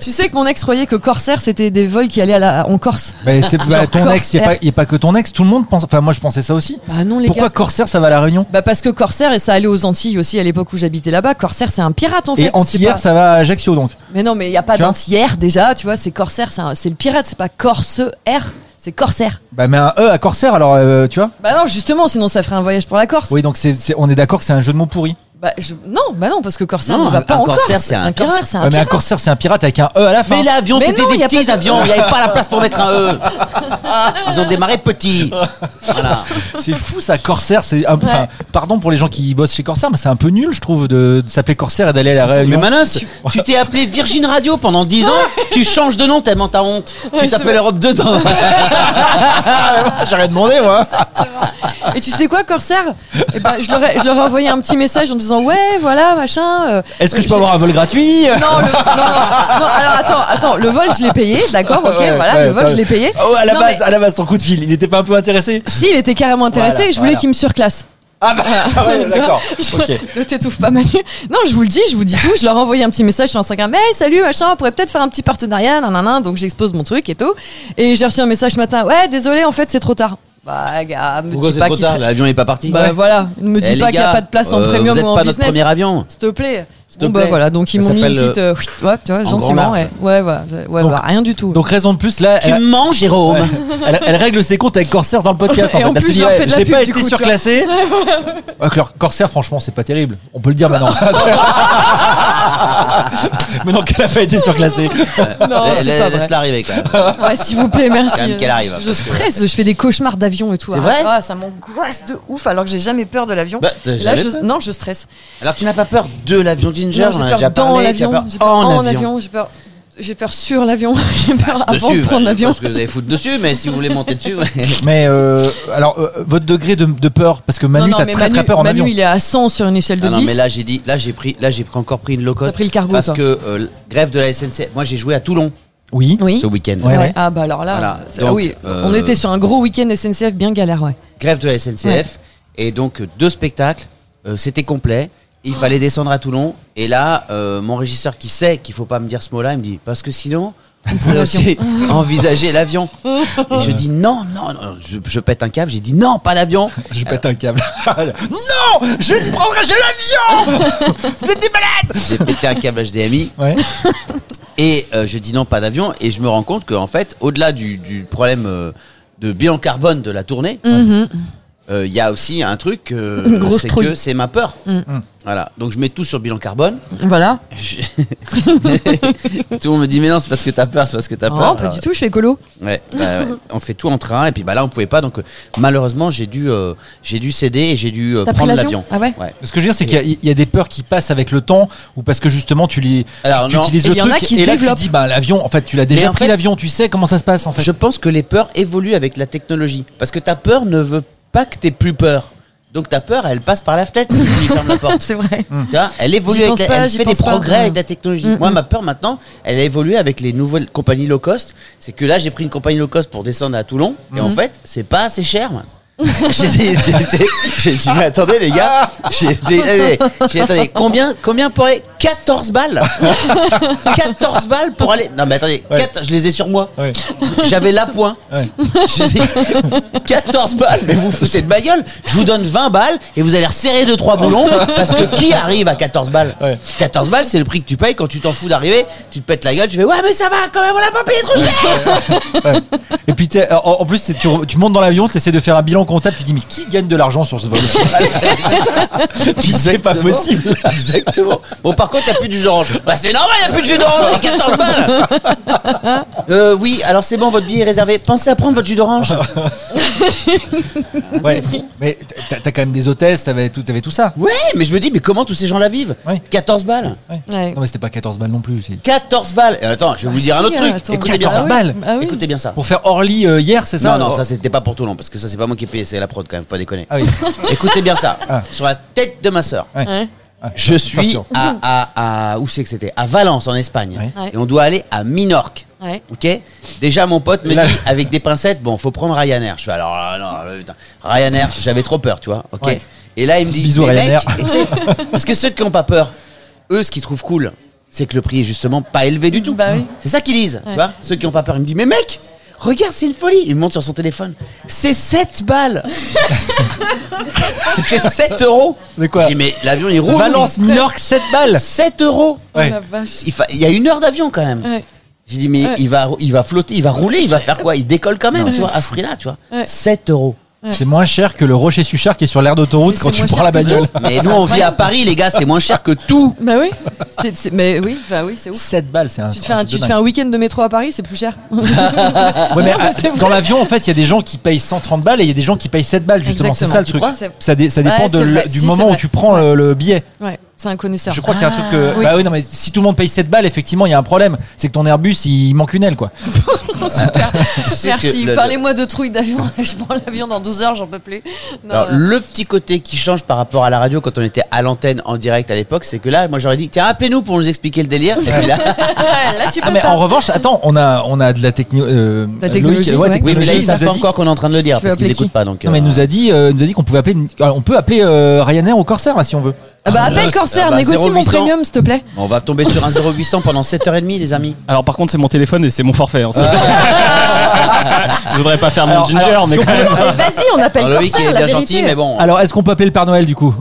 [SPEAKER 4] Tu sais que mon ex croyait que Corsaire c'était des vols qui allaient à la- en Corse.
[SPEAKER 3] mais c'est bah,
[SPEAKER 4] Genre
[SPEAKER 3] ton ex, il
[SPEAKER 4] Corsair.
[SPEAKER 3] n'y a, pas que ton ex, tout le monde pense. Enfin, moi je pensais ça aussi.
[SPEAKER 4] Bah non les
[SPEAKER 3] Pourquoi
[SPEAKER 4] gars.
[SPEAKER 3] Corsair ça va à la Réunion
[SPEAKER 4] Bah parce que Corsaire et ça allait aux Antilles aussi à l'époque où j'habitais là-bas. Corsaire c'est un pirate en fait.
[SPEAKER 3] Et
[SPEAKER 4] c'est
[SPEAKER 3] Antillère
[SPEAKER 4] pas-
[SPEAKER 3] ça va à Ajaccio donc.
[SPEAKER 4] Mais non, mais il y a pas
[SPEAKER 3] Tu vois
[SPEAKER 4] d'antillaire déjà. Tu vois, c'est Corsaire, c'est un- c'est le pirate, c'est pas Corse R, c'est Corsaire.
[SPEAKER 3] Bah, mais un E à Corsair alors, euh, tu vois
[SPEAKER 4] Bah non, justement, sinon ça ferait un voyage pour la Corse.
[SPEAKER 3] Oui, donc c'est c'est- on est d'accord que c'est un jeu de mots pourri.
[SPEAKER 4] Bah, je- Non, bah non, parce que Corsaire
[SPEAKER 2] Non,
[SPEAKER 4] ne
[SPEAKER 2] un-
[SPEAKER 4] va pas
[SPEAKER 2] un
[SPEAKER 4] en
[SPEAKER 2] Corsaire,
[SPEAKER 4] Corse.
[SPEAKER 2] c'est un Corse.
[SPEAKER 4] pirate, c'est un
[SPEAKER 3] Ouais, mais un
[SPEAKER 4] pirate.
[SPEAKER 3] Corsair c'est un pirate avec un E à la fin.
[SPEAKER 2] Mais l'avion,
[SPEAKER 4] Mais
[SPEAKER 2] c'était
[SPEAKER 4] non, y
[SPEAKER 2] des
[SPEAKER 4] a pas
[SPEAKER 2] petits
[SPEAKER 4] de-
[SPEAKER 2] avions. Il n'y avait pas la place pour mettre un E. Ils ont démarré petit. Voilà.
[SPEAKER 3] C'est fou ça, Corsair. C'est un peu- enfin, pardon pour les gens qui bossent chez Corsair, mais c'est un peu nul, je trouve, de, de s'appeler Corsair et d'aller à la
[SPEAKER 2] Mais
[SPEAKER 3] Réunion.
[SPEAKER 2] Manos, tu t'es appelé Virgin Radio pendant 10 ans, tu changes de nom tellement ta honte. Tu t'appelles Europe 2 dedans.
[SPEAKER 3] J'aurais demandé moi.
[SPEAKER 4] Et tu sais quoi, Corsaire Eh ben, je, leur ai, je leur ai envoyé un petit message en disant Ouais, voilà, machin. euh,
[SPEAKER 3] Est-ce que je
[SPEAKER 4] j'ai-
[SPEAKER 3] peux avoir un vol gratuit
[SPEAKER 4] non, le- non, non, non, alors attends, attends, le vol je l'ai payé, d'accord, ok,
[SPEAKER 3] Ouais,
[SPEAKER 4] voilà,
[SPEAKER 3] ouais,
[SPEAKER 4] le vol
[SPEAKER 3] t'as-
[SPEAKER 4] je l'ai payé.
[SPEAKER 3] Oh, à la
[SPEAKER 4] Non,
[SPEAKER 3] base,
[SPEAKER 4] mais-
[SPEAKER 3] à la base, ton coup de fil, il était pas un peu intéressé
[SPEAKER 4] Si, il était carrément intéressé,
[SPEAKER 3] Voilà,
[SPEAKER 4] et je voulais
[SPEAKER 3] voilà.
[SPEAKER 4] qu'il me surclasse.
[SPEAKER 3] Ah bah, ouais, d'accord.
[SPEAKER 4] Je-
[SPEAKER 3] Ok.
[SPEAKER 4] Ne t'étouffe pas, Manu. Non, je vous le dis, je vous dis tout. Je leur ai envoyé un petit message sur Instagram. Hey, salut, machin, on pourrait peut-être faire un petit partenariat, nanana. Donc j'expose mon truc et tout. Et j'ai reçu un message ce matin. Ouais, désolé, en fait, c'est trop tard. Bah, gars, me dis pas qu'il tra-
[SPEAKER 2] L'avion n'est pas parti.
[SPEAKER 4] Bah voilà, ne me dis
[SPEAKER 3] Eh,
[SPEAKER 4] pas qu'il n'y a euh, pas de place
[SPEAKER 3] euh,
[SPEAKER 4] en premium
[SPEAKER 2] Vous êtes
[SPEAKER 4] ou en
[SPEAKER 2] pas notre
[SPEAKER 4] business.
[SPEAKER 2] premier avion.
[SPEAKER 4] S'il te plaît.
[SPEAKER 2] te
[SPEAKER 4] Bon, bah
[SPEAKER 2] plaît.
[SPEAKER 4] voilà, donc ils
[SPEAKER 2] Ça
[SPEAKER 4] m'ont mis une
[SPEAKER 2] s'appelle,
[SPEAKER 4] petite. euh, oui, ouais, tu vois,
[SPEAKER 2] grand
[SPEAKER 4] gentiment.
[SPEAKER 2] large.
[SPEAKER 4] Ouais, ouais, voilà, ouais,
[SPEAKER 3] Donc-
[SPEAKER 4] bah, rien du tout.
[SPEAKER 3] Donc raison de plus, là,
[SPEAKER 2] Tu
[SPEAKER 3] elle,
[SPEAKER 2] mens, Jérôme
[SPEAKER 3] elle- elle règle ses comptes avec Corsair dans le podcast.
[SPEAKER 4] Et en
[SPEAKER 3] en fait. Elle
[SPEAKER 4] plus,
[SPEAKER 3] se dit,
[SPEAKER 4] j'en
[SPEAKER 3] ouais,
[SPEAKER 4] fais de la
[SPEAKER 3] j'ai
[SPEAKER 4] pub,
[SPEAKER 3] pas
[SPEAKER 4] du
[SPEAKER 3] été
[SPEAKER 4] coup, tu
[SPEAKER 3] surclassé. Ouais, que leur Corsair, franchement, c'est pas terrible. On peut le dire maintenant. Maintenant qu'elle a pas été surclassée.
[SPEAKER 4] Non,
[SPEAKER 2] La-
[SPEAKER 4] c'est
[SPEAKER 2] la-
[SPEAKER 4] pas vrai.
[SPEAKER 2] Laisse-la arriver quand même.
[SPEAKER 4] Ouais, s'il vous plaît, merci.
[SPEAKER 2] Quand même qu'elle arrive,
[SPEAKER 4] Je
[SPEAKER 2] parce que-
[SPEAKER 4] stresse, je fais des cauchemars d'avion et tout.
[SPEAKER 2] C'est
[SPEAKER 4] Ah,
[SPEAKER 2] vrai
[SPEAKER 4] ah, Ça m'angoisse de ouf alors que j'ai jamais peur de l'avion.
[SPEAKER 2] Bah, t'as
[SPEAKER 4] Là,
[SPEAKER 2] jamais
[SPEAKER 4] je-
[SPEAKER 2] peur
[SPEAKER 4] Non, je stresse.
[SPEAKER 2] Alors tu n'as pas peur de l'avion Ginger
[SPEAKER 4] Non,
[SPEAKER 2] on en a
[SPEAKER 4] j'ai
[SPEAKER 2] déjà
[SPEAKER 4] peur dans
[SPEAKER 2] parlé, tu as
[SPEAKER 4] l'avion, j'ai peur en avion, j'ai peur. J'ai peur sur l'avion, j'ai peur avant de
[SPEAKER 2] Dessus,
[SPEAKER 4] prendre
[SPEAKER 2] bah,
[SPEAKER 4] l'avion.
[SPEAKER 2] parce que vous allez foutre dessus, mais si vous voulez monter dessus, ouais.
[SPEAKER 3] Mais euh, alors, euh, votre degré de, de peur, parce que
[SPEAKER 4] Non,
[SPEAKER 3] Manu,
[SPEAKER 4] non,
[SPEAKER 3] t'as
[SPEAKER 4] mais
[SPEAKER 3] très très
[SPEAKER 4] Manu-
[SPEAKER 3] peur en
[SPEAKER 4] Manu,
[SPEAKER 3] avion.
[SPEAKER 4] il est à 100 sur une échelle de
[SPEAKER 2] Ah
[SPEAKER 4] 10.
[SPEAKER 2] non, mais là j'ai dit, là j'ai pris, là j'ai pris- encore pris une low cost.
[SPEAKER 4] T'as pris le cargo,
[SPEAKER 2] parce
[SPEAKER 4] toi.
[SPEAKER 2] que euh, grève de la SNCF. Moi j'ai joué à Toulon
[SPEAKER 3] Oui.
[SPEAKER 4] oui.
[SPEAKER 2] ce week-end.
[SPEAKER 3] Ouais,
[SPEAKER 4] Ouais.
[SPEAKER 3] ouais.
[SPEAKER 4] Ah bah alors là,
[SPEAKER 2] Voilà,
[SPEAKER 4] c'est-
[SPEAKER 2] donc,
[SPEAKER 4] oui,
[SPEAKER 2] euh,
[SPEAKER 4] on était sur un gros week-end SNCF bien galère, ouais.
[SPEAKER 2] Grève de la SNCF
[SPEAKER 4] Ouais.
[SPEAKER 2] et donc euh, deux spectacles. euh, C'était complet. Il fallait descendre à Toulon et là euh, mon régisseur qui sait qu'il faut pas me dire ce mot-là, il me dit parce que sinon. On pourrait aussi envisager l'avion. Et je dis non, non, non, je, je pète un câble, j'ai dit non, pas l'avion.
[SPEAKER 3] Je pète un câble. non Je ne prendrai jamais l'avion Vous êtes des malades
[SPEAKER 2] J'ai pété un câble HDMI.
[SPEAKER 3] Ouais.
[SPEAKER 2] Et euh, je dis non, pas d'avion. Et je me rends compte qu'en fait, au-delà du, du problème euh, de bilan carbone de la tournée, euh, il y a aussi un truc, euh,
[SPEAKER 4] Mhm. Grosse
[SPEAKER 2] c'est
[SPEAKER 4] trouille. Mm.
[SPEAKER 2] que c'est ma peur. Voilà. Donc je mets tout sur bilan carbone.
[SPEAKER 4] Voilà.
[SPEAKER 2] Je-
[SPEAKER 4] Mm.
[SPEAKER 2] tout le monde me dit mais non, c'est parce que t'as peur, c'est parce que t'as
[SPEAKER 4] Non,
[SPEAKER 2] peur.
[SPEAKER 4] Oh, pas
[SPEAKER 3] euh,
[SPEAKER 2] Alors,
[SPEAKER 4] du tout, je suis écolo.
[SPEAKER 2] ouais, bah, ouais. on fait tout en train. Et puis bah là, on pouvait pas. Donc euh, malheureusement, j'ai dû, euh, j'ai dû céder et j'ai dû euh,
[SPEAKER 4] T'as pris
[SPEAKER 2] prendre
[SPEAKER 4] l'avion
[SPEAKER 2] l'avion.
[SPEAKER 4] Ah ouais
[SPEAKER 3] Ce que je veux dire, c'est qu'il y a- il y, a des peurs qui passent avec le temps, ou parce que justement, tu, les,
[SPEAKER 2] Alors,
[SPEAKER 3] tu
[SPEAKER 2] non.
[SPEAKER 3] utilises
[SPEAKER 4] Et
[SPEAKER 3] le
[SPEAKER 4] il y en
[SPEAKER 3] truc,
[SPEAKER 4] a qui
[SPEAKER 3] et
[SPEAKER 4] se
[SPEAKER 3] là,
[SPEAKER 4] développent.
[SPEAKER 3] tu dis, bah l'avion, en fait, tu l'as déjà
[SPEAKER 2] Mais en
[SPEAKER 3] pris
[SPEAKER 2] fait-
[SPEAKER 3] l'avion, tu sais comment ça se passe, en fait.
[SPEAKER 2] Je pense que les peurs évoluent avec la technologie. Parce que ta peur ne veut pas que t'aies plus peur. Donc ta peur, elle passe par la fenêtre si tu lui fermes la porte.
[SPEAKER 4] C'est vrai.
[SPEAKER 3] Mm.
[SPEAKER 2] Tu vois, Elle évolue
[SPEAKER 4] J'y
[SPEAKER 2] avec
[SPEAKER 4] pense
[SPEAKER 2] la-
[SPEAKER 4] pas,
[SPEAKER 2] elle
[SPEAKER 4] j'y
[SPEAKER 2] fait des
[SPEAKER 4] pense pas.
[SPEAKER 2] progrès avec la technologie.
[SPEAKER 4] Mm,
[SPEAKER 2] Moi,
[SPEAKER 4] mm.
[SPEAKER 2] ma peur maintenant, elle a évolué avec les nouvelles compagnies low cost. C'est que là, j'ai pris une compagnie low cost pour descendre à Toulon. Et
[SPEAKER 4] Mm.
[SPEAKER 2] en fait, c'est pas assez cher, man. j'ai dit, j'ai dit- j'ai dit, mais attendez les gars, j'ai dit, allez, j'ai dit, attendez, combien, combien pour aller 14 balles 14 balles pour aller. Non mais attendez,
[SPEAKER 3] Ouais.
[SPEAKER 2] 4, je les ai sur moi.
[SPEAKER 3] Ouais.
[SPEAKER 2] J'avais la pointe.
[SPEAKER 3] Ouais.
[SPEAKER 2] J'ai dit 14 balles, mais vous foutez de ma gueule. Je vous donne 20 balles et vous allez resserrer 2-3 boulons parce que qui arrive à 14 balles
[SPEAKER 3] Ouais.
[SPEAKER 2] 14 balles, c'est le prix que tu payes quand tu t'en fous d'arriver. Tu te pètes la gueule, tu fais ouais, mais ça va quand même, on a pas payé trop cher.
[SPEAKER 3] Et puis, t'es- en, en plus, c'est- tu, tu montes dans l'avion, tu essaies de faire un bilan comptable, tu dis, mais qui gagne de l'argent sur ce vol Puis c'est pas
[SPEAKER 2] Exactement.
[SPEAKER 3] possible.
[SPEAKER 2] Exactement. Bon, par contre, il n'y a plus de jus d'orange. Bah, c'est normal, il n'y a plus de jus d'orange, c'est 14 balles. Euh, oui, alors c'est bon, votre billet est réservé. Pensez à prendre votre jus d'orange.
[SPEAKER 3] Ah Ouais. Mais t'as t'as quand même des hôtesses, t'avais tout, t'avais tout ça.
[SPEAKER 2] Ouais, mais je me dis, mais comment tous ces gens la vivent
[SPEAKER 3] Ouais.
[SPEAKER 2] 14 balles.
[SPEAKER 3] Ouais.
[SPEAKER 4] Ouais.
[SPEAKER 3] Non, mais c'était pas 14 balles non plus. c'est-
[SPEAKER 2] 14 balles. Et attends, je vais vous
[SPEAKER 3] Ah
[SPEAKER 2] dire un
[SPEAKER 4] si,
[SPEAKER 2] autre truc.
[SPEAKER 4] attends.
[SPEAKER 2] Écoutez bien
[SPEAKER 3] 14
[SPEAKER 2] ça.
[SPEAKER 3] balles.
[SPEAKER 4] Ah oui.
[SPEAKER 2] Écoutez bien ça.
[SPEAKER 3] Pour faire Orly euh, hier, c'est ça
[SPEAKER 2] Non, non, ça c'était pas pour Toulon, parce que ça c'est pas moi qui ai payé, c'est la prod quand même, faut pas déconner.
[SPEAKER 3] Ah oui.
[SPEAKER 2] Écoutez bien ça,
[SPEAKER 3] Ah.
[SPEAKER 2] sur la tête de ma sœur.
[SPEAKER 3] Ouais.
[SPEAKER 4] Ouais.
[SPEAKER 3] Ouais.
[SPEAKER 2] Je suis
[SPEAKER 3] Attention.
[SPEAKER 2] à, à- à- où c'est que c'était À Valence en Espagne.
[SPEAKER 3] Ouais.
[SPEAKER 4] Ouais.
[SPEAKER 2] Et on doit aller à Minorque.
[SPEAKER 4] Ouais.
[SPEAKER 2] Ok Déjà mon pote me
[SPEAKER 3] Là-
[SPEAKER 2] dit avec des pincettes, bon faut prendre Ryanair. Je fais alors ah, non, putain. Ryanair, j'avais trop peur, tu vois. Ok.
[SPEAKER 3] Ouais.
[SPEAKER 2] Et là il me dit
[SPEAKER 3] Bisous,
[SPEAKER 2] mais
[SPEAKER 3] Ryanair.
[SPEAKER 2] mec, et tu sais, parce que ceux qui n'ont pas peur, eux ce qu'ils trouvent cool, c'est que le prix est justement pas élevé du tout.
[SPEAKER 4] Bah oui.
[SPEAKER 2] C'est ça qu'ils disent,
[SPEAKER 4] Ouais.
[SPEAKER 2] tu vois. Ceux qui n'ont pas peur, ils me disent mais mec, regarde c'est une folie. Il me montre sur son téléphone, c'est 7 balles. C'était 7 euros.
[SPEAKER 3] De quoi
[SPEAKER 2] Je dis, mais l'avion il roule.
[SPEAKER 3] Valence, Minorque, 7 balles.
[SPEAKER 2] 7 euros.
[SPEAKER 3] Ouais.
[SPEAKER 4] La vache.
[SPEAKER 2] Il, fa- il y a une heure d'avion quand même.
[SPEAKER 4] Ouais.
[SPEAKER 2] J'ai dit, mais
[SPEAKER 4] Ouais.
[SPEAKER 2] il, va, il va flotter, il va rouler, il va faire quoi Il décolle quand même, tu vois, à ce prix-là, tu vois.
[SPEAKER 4] Ouais.
[SPEAKER 2] 7 euros.
[SPEAKER 3] C'est moins cher que le rocher Suchard qui est sur l'aire d'autoroute
[SPEAKER 4] Mais
[SPEAKER 3] quand
[SPEAKER 4] c'est
[SPEAKER 3] tu
[SPEAKER 4] moins
[SPEAKER 3] prends
[SPEAKER 4] cher
[SPEAKER 3] la
[SPEAKER 4] que
[SPEAKER 3] bagnole.
[SPEAKER 2] Mais nous, on vit à Paris, les gars, c'est moins cher que tout.
[SPEAKER 4] Bah oui. C'est- c'est- mais oui, bah oui, c'est ouf.
[SPEAKER 3] 7 balles, c'est un
[SPEAKER 4] Tu te fais un,
[SPEAKER 3] truc
[SPEAKER 4] tu
[SPEAKER 3] de
[SPEAKER 4] te fais
[SPEAKER 3] dingue.
[SPEAKER 4] un week-end de métro à Paris, c'est plus cher.
[SPEAKER 3] Ouais, mais,
[SPEAKER 4] Non, mais c'est
[SPEAKER 3] euh,
[SPEAKER 4] vrai.
[SPEAKER 3] dans l'avion, en fait, il y a des gens qui payent 130 balles et il y a des gens qui payent 7 balles, justement. C'est ça le truc.
[SPEAKER 4] Exactement. Tu crois
[SPEAKER 3] Ça, dé- ça
[SPEAKER 4] Ouais,
[SPEAKER 3] dépend de
[SPEAKER 4] c'est
[SPEAKER 3] le-
[SPEAKER 4] vrai.
[SPEAKER 3] du
[SPEAKER 4] Si, c'est
[SPEAKER 3] moment où
[SPEAKER 4] vrai.
[SPEAKER 3] tu prends le, le billet.
[SPEAKER 4] Ouais, c'est un connaisseur.
[SPEAKER 3] Je crois qu'il y a un truc que.
[SPEAKER 4] oui.
[SPEAKER 3] Bah oui, non, mais si tout le monde paye 7 balles, effectivement, il y a un problème. C'est que ton Airbus, il manque une aile, quoi.
[SPEAKER 2] Tu sais
[SPEAKER 4] Merci.
[SPEAKER 2] que le- le-
[SPEAKER 4] Parlez-moi de trouille d'avion. Je prends l'avion dans 12 heures, j'en peux plus. Non,
[SPEAKER 2] Alors,
[SPEAKER 4] euh,
[SPEAKER 2] le petit côté qui change par rapport à la radio quand on était à l'antenne en direct à l'époque, c'est que là, moi j'aurais dit, tiens, appelez-nous pour nous expliquer le délire. Et puis là,
[SPEAKER 4] là, tu peux
[SPEAKER 3] Ah, mais
[SPEAKER 4] pas.
[SPEAKER 3] en revanche, attends, on a, on a de la techno. euh,
[SPEAKER 4] La technologie,
[SPEAKER 3] Loïc-
[SPEAKER 4] ouais.
[SPEAKER 2] oui, mais là, ils
[SPEAKER 3] technologie, ça
[SPEAKER 2] savent
[SPEAKER 3] nous a
[SPEAKER 2] pas
[SPEAKER 3] dit-
[SPEAKER 2] encore qu'on est en train de le dire
[SPEAKER 4] Tu veux
[SPEAKER 2] parce qu'ils
[SPEAKER 4] appeler qui
[SPEAKER 2] n'écoutent pas. Donc,
[SPEAKER 3] Non, mais il
[SPEAKER 2] euh,
[SPEAKER 3] nous a dit, euh, il nous a dit qu'on pouvait appeler, alors, on peut appeler euh, Ryanair ou Corsair là si on veut.
[SPEAKER 4] Ah bah,
[SPEAKER 2] Ah,
[SPEAKER 4] appelle
[SPEAKER 2] bah,
[SPEAKER 4] Corsair,
[SPEAKER 2] bah,
[SPEAKER 4] négocie mon
[SPEAKER 2] 0800.
[SPEAKER 4] premium, s'il te plaît.
[SPEAKER 2] on va tomber sur un 0800 pendant 7h30, les amis.
[SPEAKER 5] Alors par contre, c'est mon téléphone et c'est mon forfait. hein, c'est- je voudrais pas faire mon
[SPEAKER 3] Alors,
[SPEAKER 5] ginger,
[SPEAKER 3] alors,
[SPEAKER 5] mais
[SPEAKER 3] si on
[SPEAKER 5] quand même.
[SPEAKER 4] Mais Vas-y, on appelle
[SPEAKER 2] Alors, Loïc, il
[SPEAKER 4] Corsair,
[SPEAKER 2] est
[SPEAKER 4] la
[SPEAKER 2] bien
[SPEAKER 4] vérité.
[SPEAKER 2] gentil, mais bon.
[SPEAKER 3] Alors est-ce qu'on peut appeler le Père Noël du coup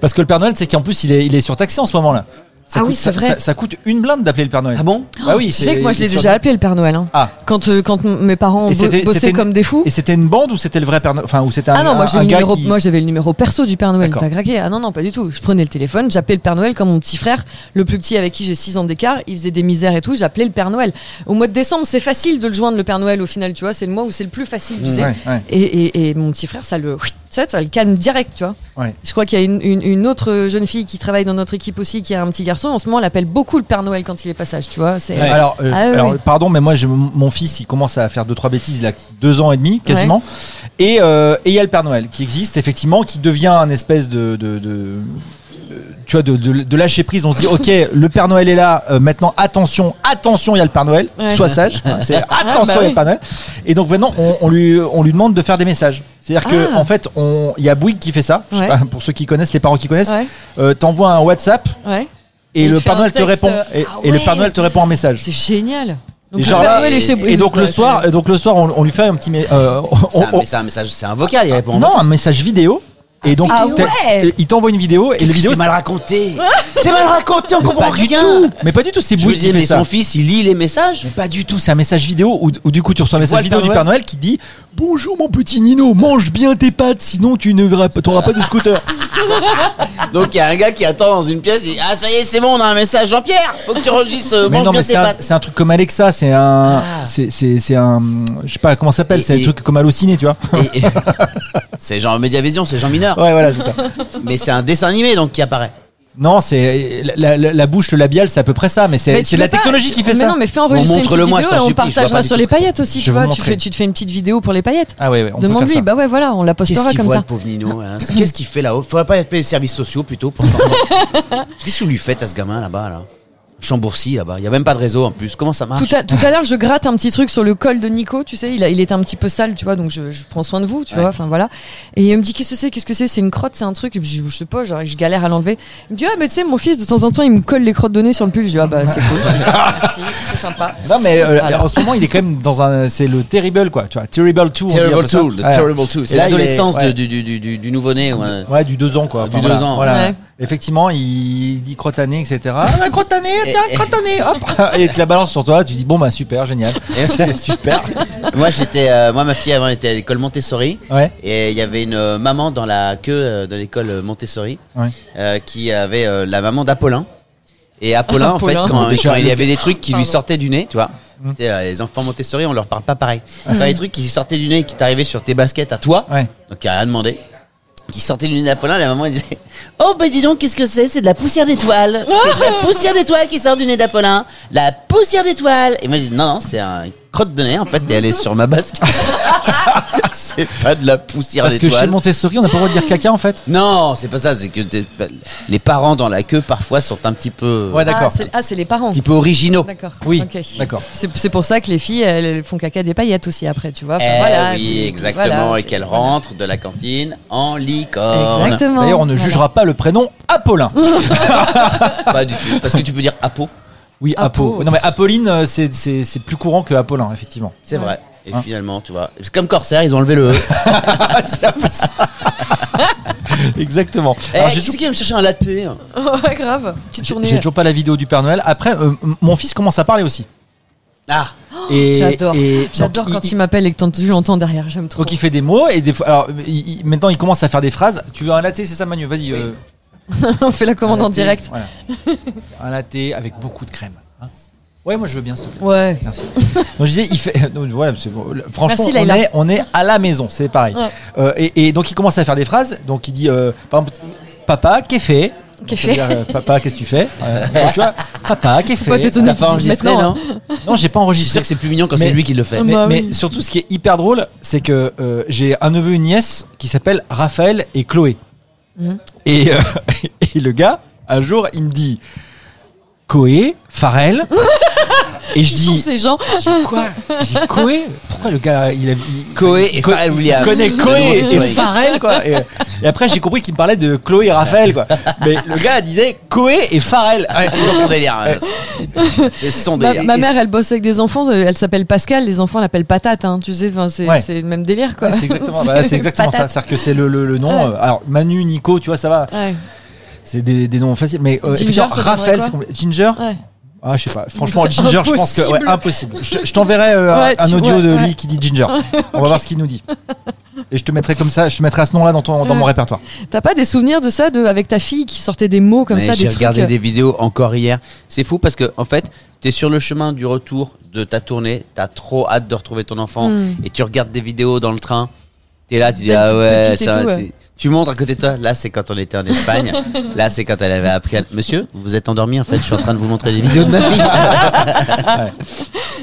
[SPEAKER 3] Parce que le Père Noël, c'est qu'en plus il est, il est surtaxé en ce moment là. Ça
[SPEAKER 4] Ah oui,
[SPEAKER 3] coûte-
[SPEAKER 4] c'est
[SPEAKER 3] ça-
[SPEAKER 4] vrai.
[SPEAKER 3] Ça, ça coûte une blinde d'appeler le Père Noël.
[SPEAKER 2] Ah bon
[SPEAKER 3] Bah oui.
[SPEAKER 4] Tu
[SPEAKER 3] c'est-
[SPEAKER 4] sais que moi, je l'ai
[SPEAKER 3] ils
[SPEAKER 4] déjà
[SPEAKER 3] sont-
[SPEAKER 4] appelé le Père Noël. hein.
[SPEAKER 3] Ah.
[SPEAKER 4] Quand, euh, quand m- mes parents
[SPEAKER 3] Et
[SPEAKER 4] bo-
[SPEAKER 3] c'était-
[SPEAKER 4] bossaient
[SPEAKER 3] c'était
[SPEAKER 4] comme
[SPEAKER 3] une-
[SPEAKER 4] des fous.
[SPEAKER 3] Et c'était une bande ou c'était le vrai Père Noël Enfin, ou c'était un,
[SPEAKER 4] Ah non, moi
[SPEAKER 3] un-
[SPEAKER 4] j'avais
[SPEAKER 3] un
[SPEAKER 4] le,
[SPEAKER 3] gars
[SPEAKER 4] numéro-
[SPEAKER 3] qui-
[SPEAKER 4] moi, j'avais le numéro perso du Père Noël,
[SPEAKER 3] D'accord.
[SPEAKER 4] t'as craqué Ah non, non, pas du tout. Je prenais le téléphone, j'appelais le Père Noël comme mon petit frère, le plus petit avec qui j'ai 6 ans d'écart, il faisait des misères et tout, j'appelais le Père Noël. Au mois de décembre, c'est facile de le joindre le Père Noël au final, tu vois, c'est le mois où c'est le plus facile, tu sais.
[SPEAKER 3] Mmh, Ouais, ouais.
[SPEAKER 4] Et, et- et mon petit frère, ça le, tu sais, ça le calme direct, tu vois.
[SPEAKER 3] Ouais.
[SPEAKER 4] Je crois qu'il y a une, une- une autre jeune fille qui travaille dans notre équipe aussi, qui a un petit garçon. En ce moment, elle appelle beaucoup le Père Noël quand il est passage, tu vois. C'est,
[SPEAKER 3] Ouais. Alors, euh,
[SPEAKER 4] Ah, oui,
[SPEAKER 3] alors,
[SPEAKER 4] oui.
[SPEAKER 3] pardon, mais moi, j'ai- mon fils, il commence à faire deux trois bêtises. Il a deux ans et demi, quasiment. Et euh, et il y a le Père Noël qui existe effectivement, qui devient un espèce de, de- de- de- tu vois, de, de- de lâcher prise. On se dit, ok, le Père Noël est là. euh, maintenant, attention, attention, il y a le Père Noël.
[SPEAKER 4] Ouais. Ah, bah
[SPEAKER 3] Sois sage. C'est attention, il y a
[SPEAKER 4] oui.
[SPEAKER 3] le Père Noël. Et donc maintenant, on, on lui on lui demande de faire des messages. C'est-à-dire que
[SPEAKER 4] Ah.
[SPEAKER 3] en fait, on- il y a Bouygues qui fait ça. Je sais
[SPEAKER 4] Ouais.
[SPEAKER 3] pas, pour ceux qui connaissent, les parents qui connaissent,
[SPEAKER 4] Ouais.
[SPEAKER 3] euh, t'envoies un WhatsApp
[SPEAKER 4] ouais.
[SPEAKER 3] et,
[SPEAKER 4] Et il
[SPEAKER 3] le
[SPEAKER 4] te fait
[SPEAKER 3] Père
[SPEAKER 4] un
[SPEAKER 3] Noël te
[SPEAKER 4] texte,
[SPEAKER 3] répond.
[SPEAKER 4] euh,
[SPEAKER 3] Et,
[SPEAKER 4] ah
[SPEAKER 3] et le
[SPEAKER 4] ouais.
[SPEAKER 3] Père Noël te répond un message.
[SPEAKER 4] C'est génial.
[SPEAKER 3] Et
[SPEAKER 4] Donc,
[SPEAKER 3] genre
[SPEAKER 4] le Père
[SPEAKER 3] là,
[SPEAKER 4] Noël est chez
[SPEAKER 3] Et
[SPEAKER 4] Bouygues,
[SPEAKER 3] donc le
[SPEAKER 4] ouais,
[SPEAKER 3] soir, et donc le soir, on, on lui fait un petit, mé- euh, on-
[SPEAKER 2] C'est un-
[SPEAKER 3] on-
[SPEAKER 2] mais c'est un message, c'est un vocal, il répond.
[SPEAKER 3] non, un message vidéo. Et donc
[SPEAKER 4] Ah
[SPEAKER 3] t'as-
[SPEAKER 4] ouais
[SPEAKER 3] il t'envoie une vidéo et
[SPEAKER 2] Qu'est-ce
[SPEAKER 3] la
[SPEAKER 2] que
[SPEAKER 3] vidéo.
[SPEAKER 2] c'est mal raconté C'est mal raconté, on
[SPEAKER 3] Mais
[SPEAKER 2] comprend
[SPEAKER 3] pas du
[SPEAKER 2] rien
[SPEAKER 3] tout. Mais pas du tout. C'est
[SPEAKER 2] Je me
[SPEAKER 3] Bouygues qui
[SPEAKER 2] disais,
[SPEAKER 3] fait
[SPEAKER 2] mais
[SPEAKER 3] ça.
[SPEAKER 2] son fils, il lit les messages
[SPEAKER 3] Pas du tout. C'est un message vidéo où, où du coup tu reçois un
[SPEAKER 2] Tu vois
[SPEAKER 3] message
[SPEAKER 2] le
[SPEAKER 3] vidéo
[SPEAKER 2] Père
[SPEAKER 3] du Père Noël qui dit Bonjour mon petit Nino, mange bien tes pâtes, sinon tu ne verras pas- t'auras pas de scooter.
[SPEAKER 2] Donc il y a un gars qui attend dans une pièce, il dit, ah ça y est, c'est bon, on a un message, Jean-Pierre, faut que tu enregistres, euh,
[SPEAKER 3] mais
[SPEAKER 2] mange
[SPEAKER 3] non,
[SPEAKER 2] bien
[SPEAKER 3] mais
[SPEAKER 2] tes
[SPEAKER 3] c'est un,
[SPEAKER 2] pattes.
[SPEAKER 3] c'est un truc comme Alexa. C'est un, c'est c'est c'est un, je sais pas comment ça s'appelle.
[SPEAKER 2] Et-
[SPEAKER 3] C'est un
[SPEAKER 2] et-
[SPEAKER 3] truc comme Allociné, tu vois.
[SPEAKER 2] Et- et- c'est genre Mediavision, c'est Jean Mineur,
[SPEAKER 3] Ouais, voilà, c'est ça.
[SPEAKER 2] mais c'est un dessin animé donc qui apparaît.
[SPEAKER 3] Non, c'est la, la- la bouche, le labial, c'est à peu près ça, mais
[SPEAKER 4] Mais
[SPEAKER 3] c'est
[SPEAKER 4] tu
[SPEAKER 3] c'est la
[SPEAKER 4] veux pas-
[SPEAKER 3] technologie qui fait
[SPEAKER 4] mais
[SPEAKER 3] ça.
[SPEAKER 4] non, mais fais enregistrer une petite
[SPEAKER 2] montre-le-moi,
[SPEAKER 4] vidéo
[SPEAKER 2] je t'en
[SPEAKER 4] et on
[SPEAKER 2] supplie, je vois
[SPEAKER 4] partagera
[SPEAKER 2] pas du
[SPEAKER 4] sur
[SPEAKER 2] tout
[SPEAKER 4] les
[SPEAKER 2] ce que
[SPEAKER 4] paillettes aussi,
[SPEAKER 3] Je
[SPEAKER 4] tu
[SPEAKER 3] vais
[SPEAKER 4] vois.
[SPEAKER 3] vous
[SPEAKER 4] Tu
[SPEAKER 3] montrer.
[SPEAKER 4] fais, tu te fais une petite vidéo pour les paillettes.
[SPEAKER 3] Ah ouais, ouais, on peut faire
[SPEAKER 4] Demande-lui,
[SPEAKER 3] ça.
[SPEAKER 4] bah ouais, voilà, on la
[SPEAKER 2] Qu'est-ce
[SPEAKER 4] postera
[SPEAKER 2] qu'il
[SPEAKER 4] comme
[SPEAKER 2] voit
[SPEAKER 4] ça.
[SPEAKER 2] le pauvre Nino hein Qu'est-ce qu'il fait là-haut Faudrait pas appeler les services sociaux plutôt pour cet enfant. Qu'est-ce que vous lui faites à ce gamin là-bas là Chambourcy là-bas, il y a même pas de réseau en plus, comment ça marche
[SPEAKER 4] Tout à, tout à l'heure, je gratte un petit truc sur le col de Nico, tu sais, il, a- il était un petit peu sale, tu vois, donc je, je prends soin de vous, tu vois, enfin voilà. Et il me dit, qu'est-ce que c'est, qu'est-ce que c'est, c'est une crotte, c'est un truc, je, je sais pas, genre, je galère à l'enlever. Il me dit, ah, mais tu sais, mon fils, de temps en temps, il me colle les crottes de nez sur le pull, je dis, ah, bah, c'est cool, merci, c'est sympa.
[SPEAKER 3] Non mais euh,
[SPEAKER 4] Voilà.
[SPEAKER 3] en ce moment il est quand même dans un c'est le terrible quoi tu vois terrible two on dit un peu
[SPEAKER 2] Terrible
[SPEAKER 3] ça.
[SPEAKER 2] Tool, the
[SPEAKER 3] Ouais.
[SPEAKER 2] Terrible Tool,
[SPEAKER 3] Et
[SPEAKER 2] c'est
[SPEAKER 3] là, il est-
[SPEAKER 2] l'adolescence de-
[SPEAKER 3] ouais.
[SPEAKER 2] du, du- du- du- du nouveau-né. ouais.
[SPEAKER 3] Ouais, du 2 ans quoi.
[SPEAKER 2] Du
[SPEAKER 3] voilà,
[SPEAKER 2] deux ans.
[SPEAKER 3] Voilà.
[SPEAKER 4] Ouais.
[SPEAKER 3] Effectivement, il dit crotané, etc. Ah, bah, crotané, tiens, crotané, hop. Et te la balance sur toi, tu dis bon bah super, génial. C'est super.
[SPEAKER 2] Moi, j'étais, euh, moi, ma fille avant elle était à l'école Montessori.
[SPEAKER 3] Ouais.
[SPEAKER 2] Et il y avait une euh, maman dans la queue euh, de l'école Montessori
[SPEAKER 3] Ouais.
[SPEAKER 2] euh, qui avait euh, la maman d'Apollin. Et Apollin, en fait,
[SPEAKER 4] Apollin.
[SPEAKER 2] quand,
[SPEAKER 3] Déjà,
[SPEAKER 2] quand il y
[SPEAKER 3] le- Mmh.
[SPEAKER 2] avait des trucs qui lui sortaient du nez, tu vois. Tu sais, euh, les enfants Montessori, on leur parle pas pareil. Quand il y a des trucs qui sortaient du nez et qui t'arrivaient sur tes baskets à toi,
[SPEAKER 3] Ouais.
[SPEAKER 2] donc il n'y a rien demandé, qui sortaient du nez d'Apollin, la maman elle disait Oh, bah dis donc, qu'est-ce que c'est C'est de la poussière d'étoile. C'est de la poussière d'étoile qui sort du nez d'Apollin. La poussière d'étoile. Et moi je dis Non, non, c'est un crotte de nez en fait, et elle est sur ma basket. c'est pas de la poussière
[SPEAKER 3] Parce que chez
[SPEAKER 2] d'étoile.
[SPEAKER 3] Montessori, on n'a pas le droit de dire caca en fait.
[SPEAKER 2] Non, c'est pas ça, c'est que t'es- bah, les parents dans la queue parfois sont un petit peu
[SPEAKER 3] Ouais,
[SPEAKER 4] Ah,
[SPEAKER 3] d'accord.
[SPEAKER 4] c'est ah, c'est les parents.
[SPEAKER 2] un petit peu originaux.
[SPEAKER 4] D'accord.
[SPEAKER 3] Oui,
[SPEAKER 4] ok.
[SPEAKER 3] d'accord.
[SPEAKER 4] C'est c'est pour ça que les filles, elles, elles font caca des paillettes aussi après, tu vois. Enfin,
[SPEAKER 2] Eh
[SPEAKER 4] voilà,
[SPEAKER 2] oui,
[SPEAKER 4] puis,
[SPEAKER 2] exactement,
[SPEAKER 4] voilà,
[SPEAKER 2] et
[SPEAKER 4] c'est-
[SPEAKER 2] qu'elle rentre de la cantine en licorne.
[SPEAKER 4] Exactement.
[SPEAKER 3] D'ailleurs, on ne
[SPEAKER 4] Voilà.
[SPEAKER 3] jugera pas le prénom Apollin.
[SPEAKER 2] Pas du tout, parce que tu peux dire apo,
[SPEAKER 3] Oui,
[SPEAKER 4] Apo.
[SPEAKER 3] Apo. Non mais Apolline, euh, c'est- c'est c'est plus courant que Apollin, effectivement.
[SPEAKER 2] c'est vrai. Et
[SPEAKER 3] Hein.
[SPEAKER 2] finalement, tu vois, c'est comme Corsair, ils ont enlevé le E.
[SPEAKER 3] Exactement.
[SPEAKER 2] Eh,
[SPEAKER 3] Alors,
[SPEAKER 2] qui
[SPEAKER 3] j'ai
[SPEAKER 2] c'est
[SPEAKER 3] toujours-
[SPEAKER 2] qui va me chercher un latte hein
[SPEAKER 4] ouais, grave. Petite
[SPEAKER 3] j'ai
[SPEAKER 4] tournée.
[SPEAKER 3] j'ai toujours pas la vidéo du Père Noël. Après, euh, m- mon fils commence à parler aussi.
[SPEAKER 2] Ah,
[SPEAKER 3] Et-
[SPEAKER 4] Oh, J'adore.
[SPEAKER 3] et-
[SPEAKER 4] J'adore
[SPEAKER 3] donc,
[SPEAKER 4] quand il, m'appelle et que t'entends- je l'entends derrière. J'aime trop.
[SPEAKER 3] Donc il fait des mots et des fois. Alors il- il- maintenant il commence à faire des phrases. Tu veux un latte, c'est ça Manu Vas-y. euh,
[SPEAKER 4] on fait la commande
[SPEAKER 3] un
[SPEAKER 4] en
[SPEAKER 3] latte,
[SPEAKER 4] direct.
[SPEAKER 3] voilà. un latte avec beaucoup de crème. hein. ouais, moi je veux bien s'il te plaît.
[SPEAKER 4] Ouais.
[SPEAKER 3] Merci. Donc je disais, il fait. donc, voilà, c'est bon. Le- franchement,
[SPEAKER 4] Merci,
[SPEAKER 3] on,
[SPEAKER 4] Laila.
[SPEAKER 3] est, on est à la maison, c'est pareil.
[SPEAKER 4] Ouais.
[SPEAKER 3] Euh, et, et donc il commence à faire des phrases. Donc il dit, euh, par exemple, papa, qu'est-ce que fait
[SPEAKER 4] Qu'est-ce
[SPEAKER 3] Ça veut
[SPEAKER 4] fait
[SPEAKER 3] dire, euh, Papa, qu'est-ce que tu fais Euh, Tu vois, papa, qu'est-ce
[SPEAKER 4] Faut pas
[SPEAKER 3] que fait
[SPEAKER 4] t'étonner
[SPEAKER 2] t'as
[SPEAKER 4] qu'ils
[SPEAKER 2] pas
[SPEAKER 4] disent
[SPEAKER 2] enregistré,
[SPEAKER 4] maintenant, hein.
[SPEAKER 2] non
[SPEAKER 3] Non, j'ai pas
[SPEAKER 2] Je suis sûr
[SPEAKER 3] enregistré.
[SPEAKER 2] que c'est plus mignon quand
[SPEAKER 3] Mais-
[SPEAKER 2] c'est lui qui le fait.
[SPEAKER 3] Mais,
[SPEAKER 4] Bah
[SPEAKER 3] mais
[SPEAKER 4] oui.
[SPEAKER 3] surtout, ce qui est hyper drôle, c'est que euh, j'ai un neveu, une nièce qui s'appelle Raphaël et Chloé.
[SPEAKER 4] Mmh.
[SPEAKER 3] Et, euh, et le gars, un jour, il me dit Chloé, Pharrell. et je
[SPEAKER 4] Qui sont
[SPEAKER 3] dis
[SPEAKER 4] ces gens
[SPEAKER 3] Quoi Je dis Chloé Pourquoi le gars, il a. il-
[SPEAKER 2] Coé et
[SPEAKER 3] Co-
[SPEAKER 2] Pharrell Williams.
[SPEAKER 3] il connaît
[SPEAKER 2] Le nouveau
[SPEAKER 3] Chloé et
[SPEAKER 2] featuring.
[SPEAKER 3] Pharrell, quoi. Et, euh, et après, j'ai compris qu'il me parlait de Chloé et Raphaël, quoi. Mais le gars disait Chloé et Pharrell. Ah Ouais.
[SPEAKER 2] C'est son délire. hein. C'est son
[SPEAKER 4] ma,
[SPEAKER 2] délire.
[SPEAKER 4] ma mère, elle bosse avec des enfants. euh, Elle s'appelle Pascal. Les enfants l'appellent Patate. Hein, tu sais, enfin, c'est
[SPEAKER 3] Ouais.
[SPEAKER 4] c'est le même délire quoi.
[SPEAKER 3] Ouais, c'est exactement, bah, c'est exactement ça.
[SPEAKER 4] Patate.
[SPEAKER 3] C'est-à-dire que c'est le, le- le nom.
[SPEAKER 4] Ouais.
[SPEAKER 3] euh, alors, Manu, Nico, tu vois, ça va.
[SPEAKER 4] Ouais.
[SPEAKER 3] C'est des, des noms faciles. Mais euh,
[SPEAKER 4] Ginger,
[SPEAKER 3] effectivement,
[SPEAKER 4] ça donnerait
[SPEAKER 3] Raphaël,
[SPEAKER 4] quoi
[SPEAKER 3] c'est compl- Ginger
[SPEAKER 4] Ouais.
[SPEAKER 3] Ah, je sais pas. Franchement,
[SPEAKER 4] C'est
[SPEAKER 3] Ginger, je pense que. Ouais, impossible. Je, je t'enverrai euh, un-
[SPEAKER 4] Ouais, tu-
[SPEAKER 3] un audio
[SPEAKER 4] ouais,
[SPEAKER 3] de
[SPEAKER 4] ouais.
[SPEAKER 3] lui qui dit Ginger. On va voir ce qu'il nous dit. Et je te mettrai comme ça, je te mettrai à ce nom-là dans, ton- dans mon répertoire.
[SPEAKER 4] T'as pas des souvenirs de ça, de, avec ta fille qui sortait des mots comme
[SPEAKER 2] Mais
[SPEAKER 4] ça, des
[SPEAKER 2] J'ai
[SPEAKER 4] trucs
[SPEAKER 2] regardé
[SPEAKER 4] euh,
[SPEAKER 2] des vidéos encore hier. C'est fou parce que en fait, t'es sur le chemin du retour de ta tournée, t'as trop hâte de retrouver ton enfant
[SPEAKER 4] Mm.
[SPEAKER 2] et tu regardes des vidéos dans le train. T'es là, tu dis
[SPEAKER 4] Des
[SPEAKER 2] ah
[SPEAKER 4] petites
[SPEAKER 2] ouais,
[SPEAKER 4] petites et
[SPEAKER 2] ça,
[SPEAKER 4] tout,
[SPEAKER 2] t'es-
[SPEAKER 4] ouais.
[SPEAKER 2] tu montres à côté de toi. Là, c'est quand on était en Espagne. là, c'est quand elle avait appris. à- Monsieur, vous vous êtes endormi en fait. Je suis en train de vous montrer des vidéos de ma fille.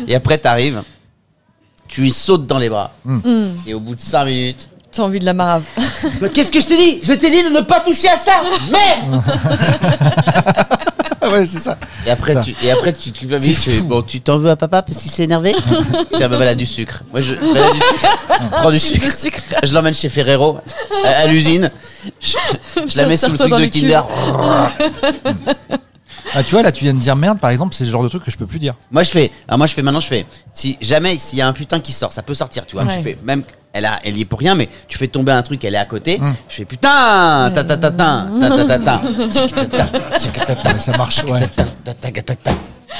[SPEAKER 2] Et après, t'arrives, tu lui sautes dans les bras
[SPEAKER 4] Hmm.
[SPEAKER 2] et au bout de 5 minutes.
[SPEAKER 4] euh, T'as envie de la marave.
[SPEAKER 2] Qu'est-ce que je te dis Je t'ai dit de ne pas toucher à ça Merde
[SPEAKER 3] ouais, c'est ça.
[SPEAKER 2] Et après,
[SPEAKER 3] Ça.
[SPEAKER 2] tu, et après, tu te culpabilises,
[SPEAKER 3] C'est
[SPEAKER 2] tu fais,
[SPEAKER 3] fou.
[SPEAKER 2] Bon, tu t'en veux à papa parce qu'il s'est énervé Tiens, maman, elle a du sucre. Moi, je. elle a du sucre. Prends du sucre.
[SPEAKER 4] Le sucre.
[SPEAKER 2] Je l'emmène chez Ferrero, à, à l'usine. Je, je la
[SPEAKER 4] Tiens,
[SPEAKER 2] mets sous le
[SPEAKER 4] serre-toi
[SPEAKER 2] truc
[SPEAKER 4] dans
[SPEAKER 2] de
[SPEAKER 4] les cuves.
[SPEAKER 2] Kinder.
[SPEAKER 3] Ah, tu vois, là, tu viens de dire merde, par exemple, c'est le genre de truc que je peux plus dire.
[SPEAKER 2] moi, je fais. Alors, moi, je fais. Maintenant, je fais. Si jamais, s'il y a un putain qui sort, ça peut sortir, tu vois.
[SPEAKER 4] Ouais.
[SPEAKER 2] Tu fais. Même. Elle, a, elle y est pour rien, mais tu fais tomber un truc, elle est à côté. Je fais putain, ta ta ta ta, ta ta ta ta, tic, ta ta, tic, ta ta,
[SPEAKER 3] Mais ça marche, ouais.
[SPEAKER 2] ta ta, ta ta ta ta.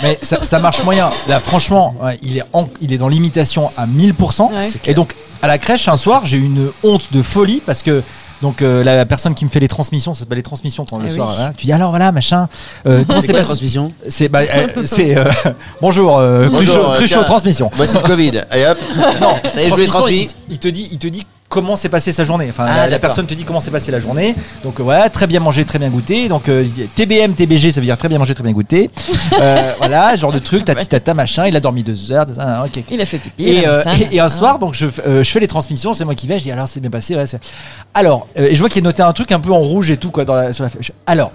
[SPEAKER 3] Mais ça, ça marche moyen. Là, franchement, ouais, il, est en- il est dans l'imitation à 1000%.
[SPEAKER 4] Ouais.
[SPEAKER 3] Et donc, à la crèche, un soir, j'ai eu une honte de folie parce que. Donc euh, la personne qui me fait les transmissions, ça s'appelle les transmissions quand le
[SPEAKER 4] Eh
[SPEAKER 3] soir.
[SPEAKER 4] oui.
[SPEAKER 3] voilà, tu dis alors voilà machin. euh, comment
[SPEAKER 2] C'est quoi
[SPEAKER 3] c'est
[SPEAKER 2] la
[SPEAKER 3] passé
[SPEAKER 2] transmission
[SPEAKER 3] C'est bah, euh, c'est euh, bonjour, euh,
[SPEAKER 2] Bonjour,
[SPEAKER 3] Cruchot-
[SPEAKER 2] euh,
[SPEAKER 3] Cruchot
[SPEAKER 2] tiens,
[SPEAKER 3] transmission.
[SPEAKER 2] Voici le Covid. Et hop. Non, ça y est, je vous l'ai
[SPEAKER 3] Transmission,
[SPEAKER 2] transmis.
[SPEAKER 3] Il, il te dit, il te dit comment s'est passée sa journée. Enfin,
[SPEAKER 2] Ah,
[SPEAKER 3] la- la,
[SPEAKER 2] d'accord.
[SPEAKER 3] personne te dit comment s'est passée la journée. Donc euh, voilà, très bien mangé, très bien goûté. Donc euh, TBM, TBG, ça veut dire très bien mangé, très bien goûté. Euh, voilà, ce genre de truc, tati tata machin. Il a dormi deux heures. Ah, ok.
[SPEAKER 4] Il a fait pipi. il
[SPEAKER 3] Et,
[SPEAKER 4] a
[SPEAKER 3] euh,
[SPEAKER 4] machin,
[SPEAKER 3] et- et un
[SPEAKER 4] ah.
[SPEAKER 3] soir, donc je, f- euh, je fais les transmissions, c'est moi qui vais. Je dis alors c'est bien passé. ouais, c'est- alors, euh, et je vois qu'il est noté un truc un peu en rouge et tout quoi dans la, sur la. feuille. Je- Alors,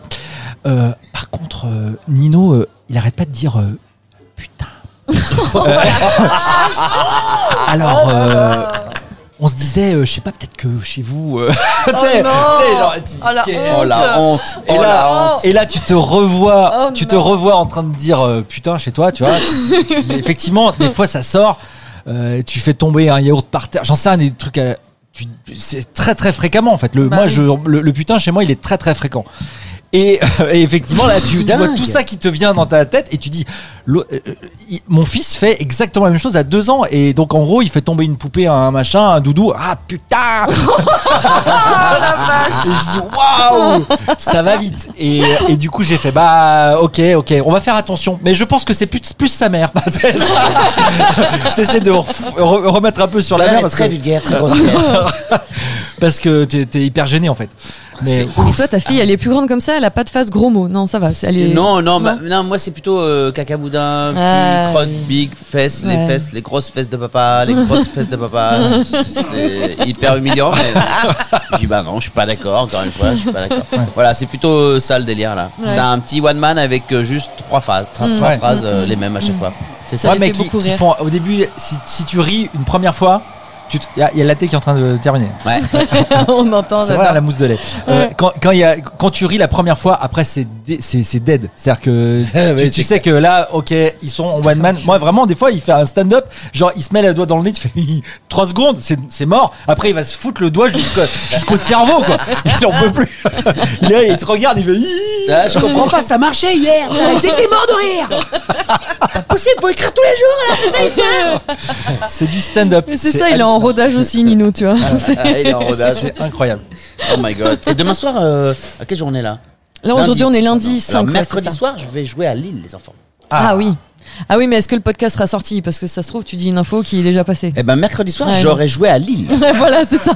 [SPEAKER 3] euh, par contre, euh, Nino, euh, il arrête pas de dire euh, putain. Euh, alors, euh, on se disait, euh, je sais pas, peut-être que chez vous, euh, tu sais,
[SPEAKER 4] Oh non.
[SPEAKER 3] tu sais, genre, tu dis,
[SPEAKER 4] Oh, la
[SPEAKER 3] qu'est-
[SPEAKER 4] honte.
[SPEAKER 2] Oh la honte.
[SPEAKER 3] et,
[SPEAKER 2] oh
[SPEAKER 3] là,
[SPEAKER 2] la honte.
[SPEAKER 3] et là, tu te revois,
[SPEAKER 4] Oh
[SPEAKER 3] tu te
[SPEAKER 4] non.
[SPEAKER 3] revois en train de dire euh, putain chez toi, tu vois. Tu dis, Effectivement, des fois ça sort, euh, tu fais tomber un yaourt par terre. J'en sais un des trucs à. tu- C'est très très fréquemment en fait. Le,
[SPEAKER 4] Bah
[SPEAKER 3] moi,
[SPEAKER 4] oui.
[SPEAKER 3] je, le, le putain chez moi, il est très très fréquent. Et, euh, et effectivement, là, tu, tu vois
[SPEAKER 2] Dingue.
[SPEAKER 3] tout ça qui te vient dans ta tête et tu dis, l'au- euh, euh, il- mon fils fait exactement la même chose à deux ans. Et donc, en gros, il fait tomber une poupée, un machin, un doudou. Ah putain et je dis waouh, ça va vite. Et, et du coup, j'ai fait bah ok, ok, on va faire attention. Mais je pense que c'est plus, plus sa mère. T'essaies de ref- re- remettre un peu sur la
[SPEAKER 2] C'est
[SPEAKER 3] mère
[SPEAKER 2] vrai,
[SPEAKER 3] parce
[SPEAKER 2] très
[SPEAKER 3] que,
[SPEAKER 2] vulgaire, très grossière.
[SPEAKER 3] parce que t'es t'es hyper gêné en fait. Mais
[SPEAKER 4] Et toi, ta fille, elle est plus grande comme ça, elle a pas de face gros mot. Non, ça va. c'est- Elle est...
[SPEAKER 2] Non, non, ma- non, moi c'est plutôt euh, cacaboudin, petit
[SPEAKER 4] Ah.
[SPEAKER 2] crotte, big, fesses, les
[SPEAKER 4] Ouais.
[SPEAKER 2] fesses, les grosses fesses de papa, les grosses fesses de papa. C'est hyper humiliant. Mais... je dis bah non, je suis pas d'accord. Encore une fois, je suis pas d'accord. Voilà, c'est plutôt euh, ça le délire là. C'est un petit one man avec euh, juste trois phases, trois, trois
[SPEAKER 3] Ouais.
[SPEAKER 2] phrases euh, les mêmes à chaque fois. C'est ça.
[SPEAKER 4] Mm. Ça
[SPEAKER 3] Ouais,
[SPEAKER 4] les
[SPEAKER 3] mais
[SPEAKER 4] fait
[SPEAKER 3] qui,
[SPEAKER 4] beaucoup
[SPEAKER 3] qui
[SPEAKER 4] rire.
[SPEAKER 3] font au début, si, si tu ris une première fois, il y, a- y a la thé qui est en train de terminer.
[SPEAKER 2] Ouais.
[SPEAKER 4] On entend.
[SPEAKER 3] C'est
[SPEAKER 4] j'adore.
[SPEAKER 3] vrai la mousse de lait. Euh, quand, quand, il y a, quand tu ris la première fois, après c'est dé- c'est c'est dead. C'est-à-dire que tu,
[SPEAKER 2] Ouais,
[SPEAKER 3] tu
[SPEAKER 2] c'est
[SPEAKER 3] sais que là, ok, ils sont en one man. Moi vraiment, des fois, il fait un stand-up, genre il se met le doigt dans le nez, tu fais 3 secondes, c'est c'est mort. Après, il va se foutre le doigt jusqu'au jusqu'au cerveau, quoi. Il en peut plus. Il, est là, il te regarde, il fait. Hi
[SPEAKER 2] Ah, je comprends pas, ça marchait hier. Ils étaient morts de rire. Pas possible, faut écrire tous les jours. là, c'est ça l'histoire.
[SPEAKER 3] C'est du stand-up.
[SPEAKER 4] Mais c'est ça, il est en rodage aussi, Nino, tu vois. C'est-
[SPEAKER 2] Ah, il est en rodage.
[SPEAKER 3] C'est incroyable.
[SPEAKER 2] Oh my god. Et demain soir, euh, à quelle journée là
[SPEAKER 4] Là, aujourd'hui, on est lundi
[SPEAKER 2] Alors,
[SPEAKER 4] 5. ouais,
[SPEAKER 2] mercredi
[SPEAKER 4] c'est ça.
[SPEAKER 2] soir, je vais jouer à Lille, les enfants.
[SPEAKER 4] Ah, oui. Ah oui, mais est-ce que le podcast sera sorti Parce que ça se trouve, tu dis une info qui est déjà passée.
[SPEAKER 2] Eh ben, mercredi soir,
[SPEAKER 4] Ouais.
[SPEAKER 2] j'aurais joué à Lille.
[SPEAKER 3] Eh
[SPEAKER 4] voilà, c'est ça.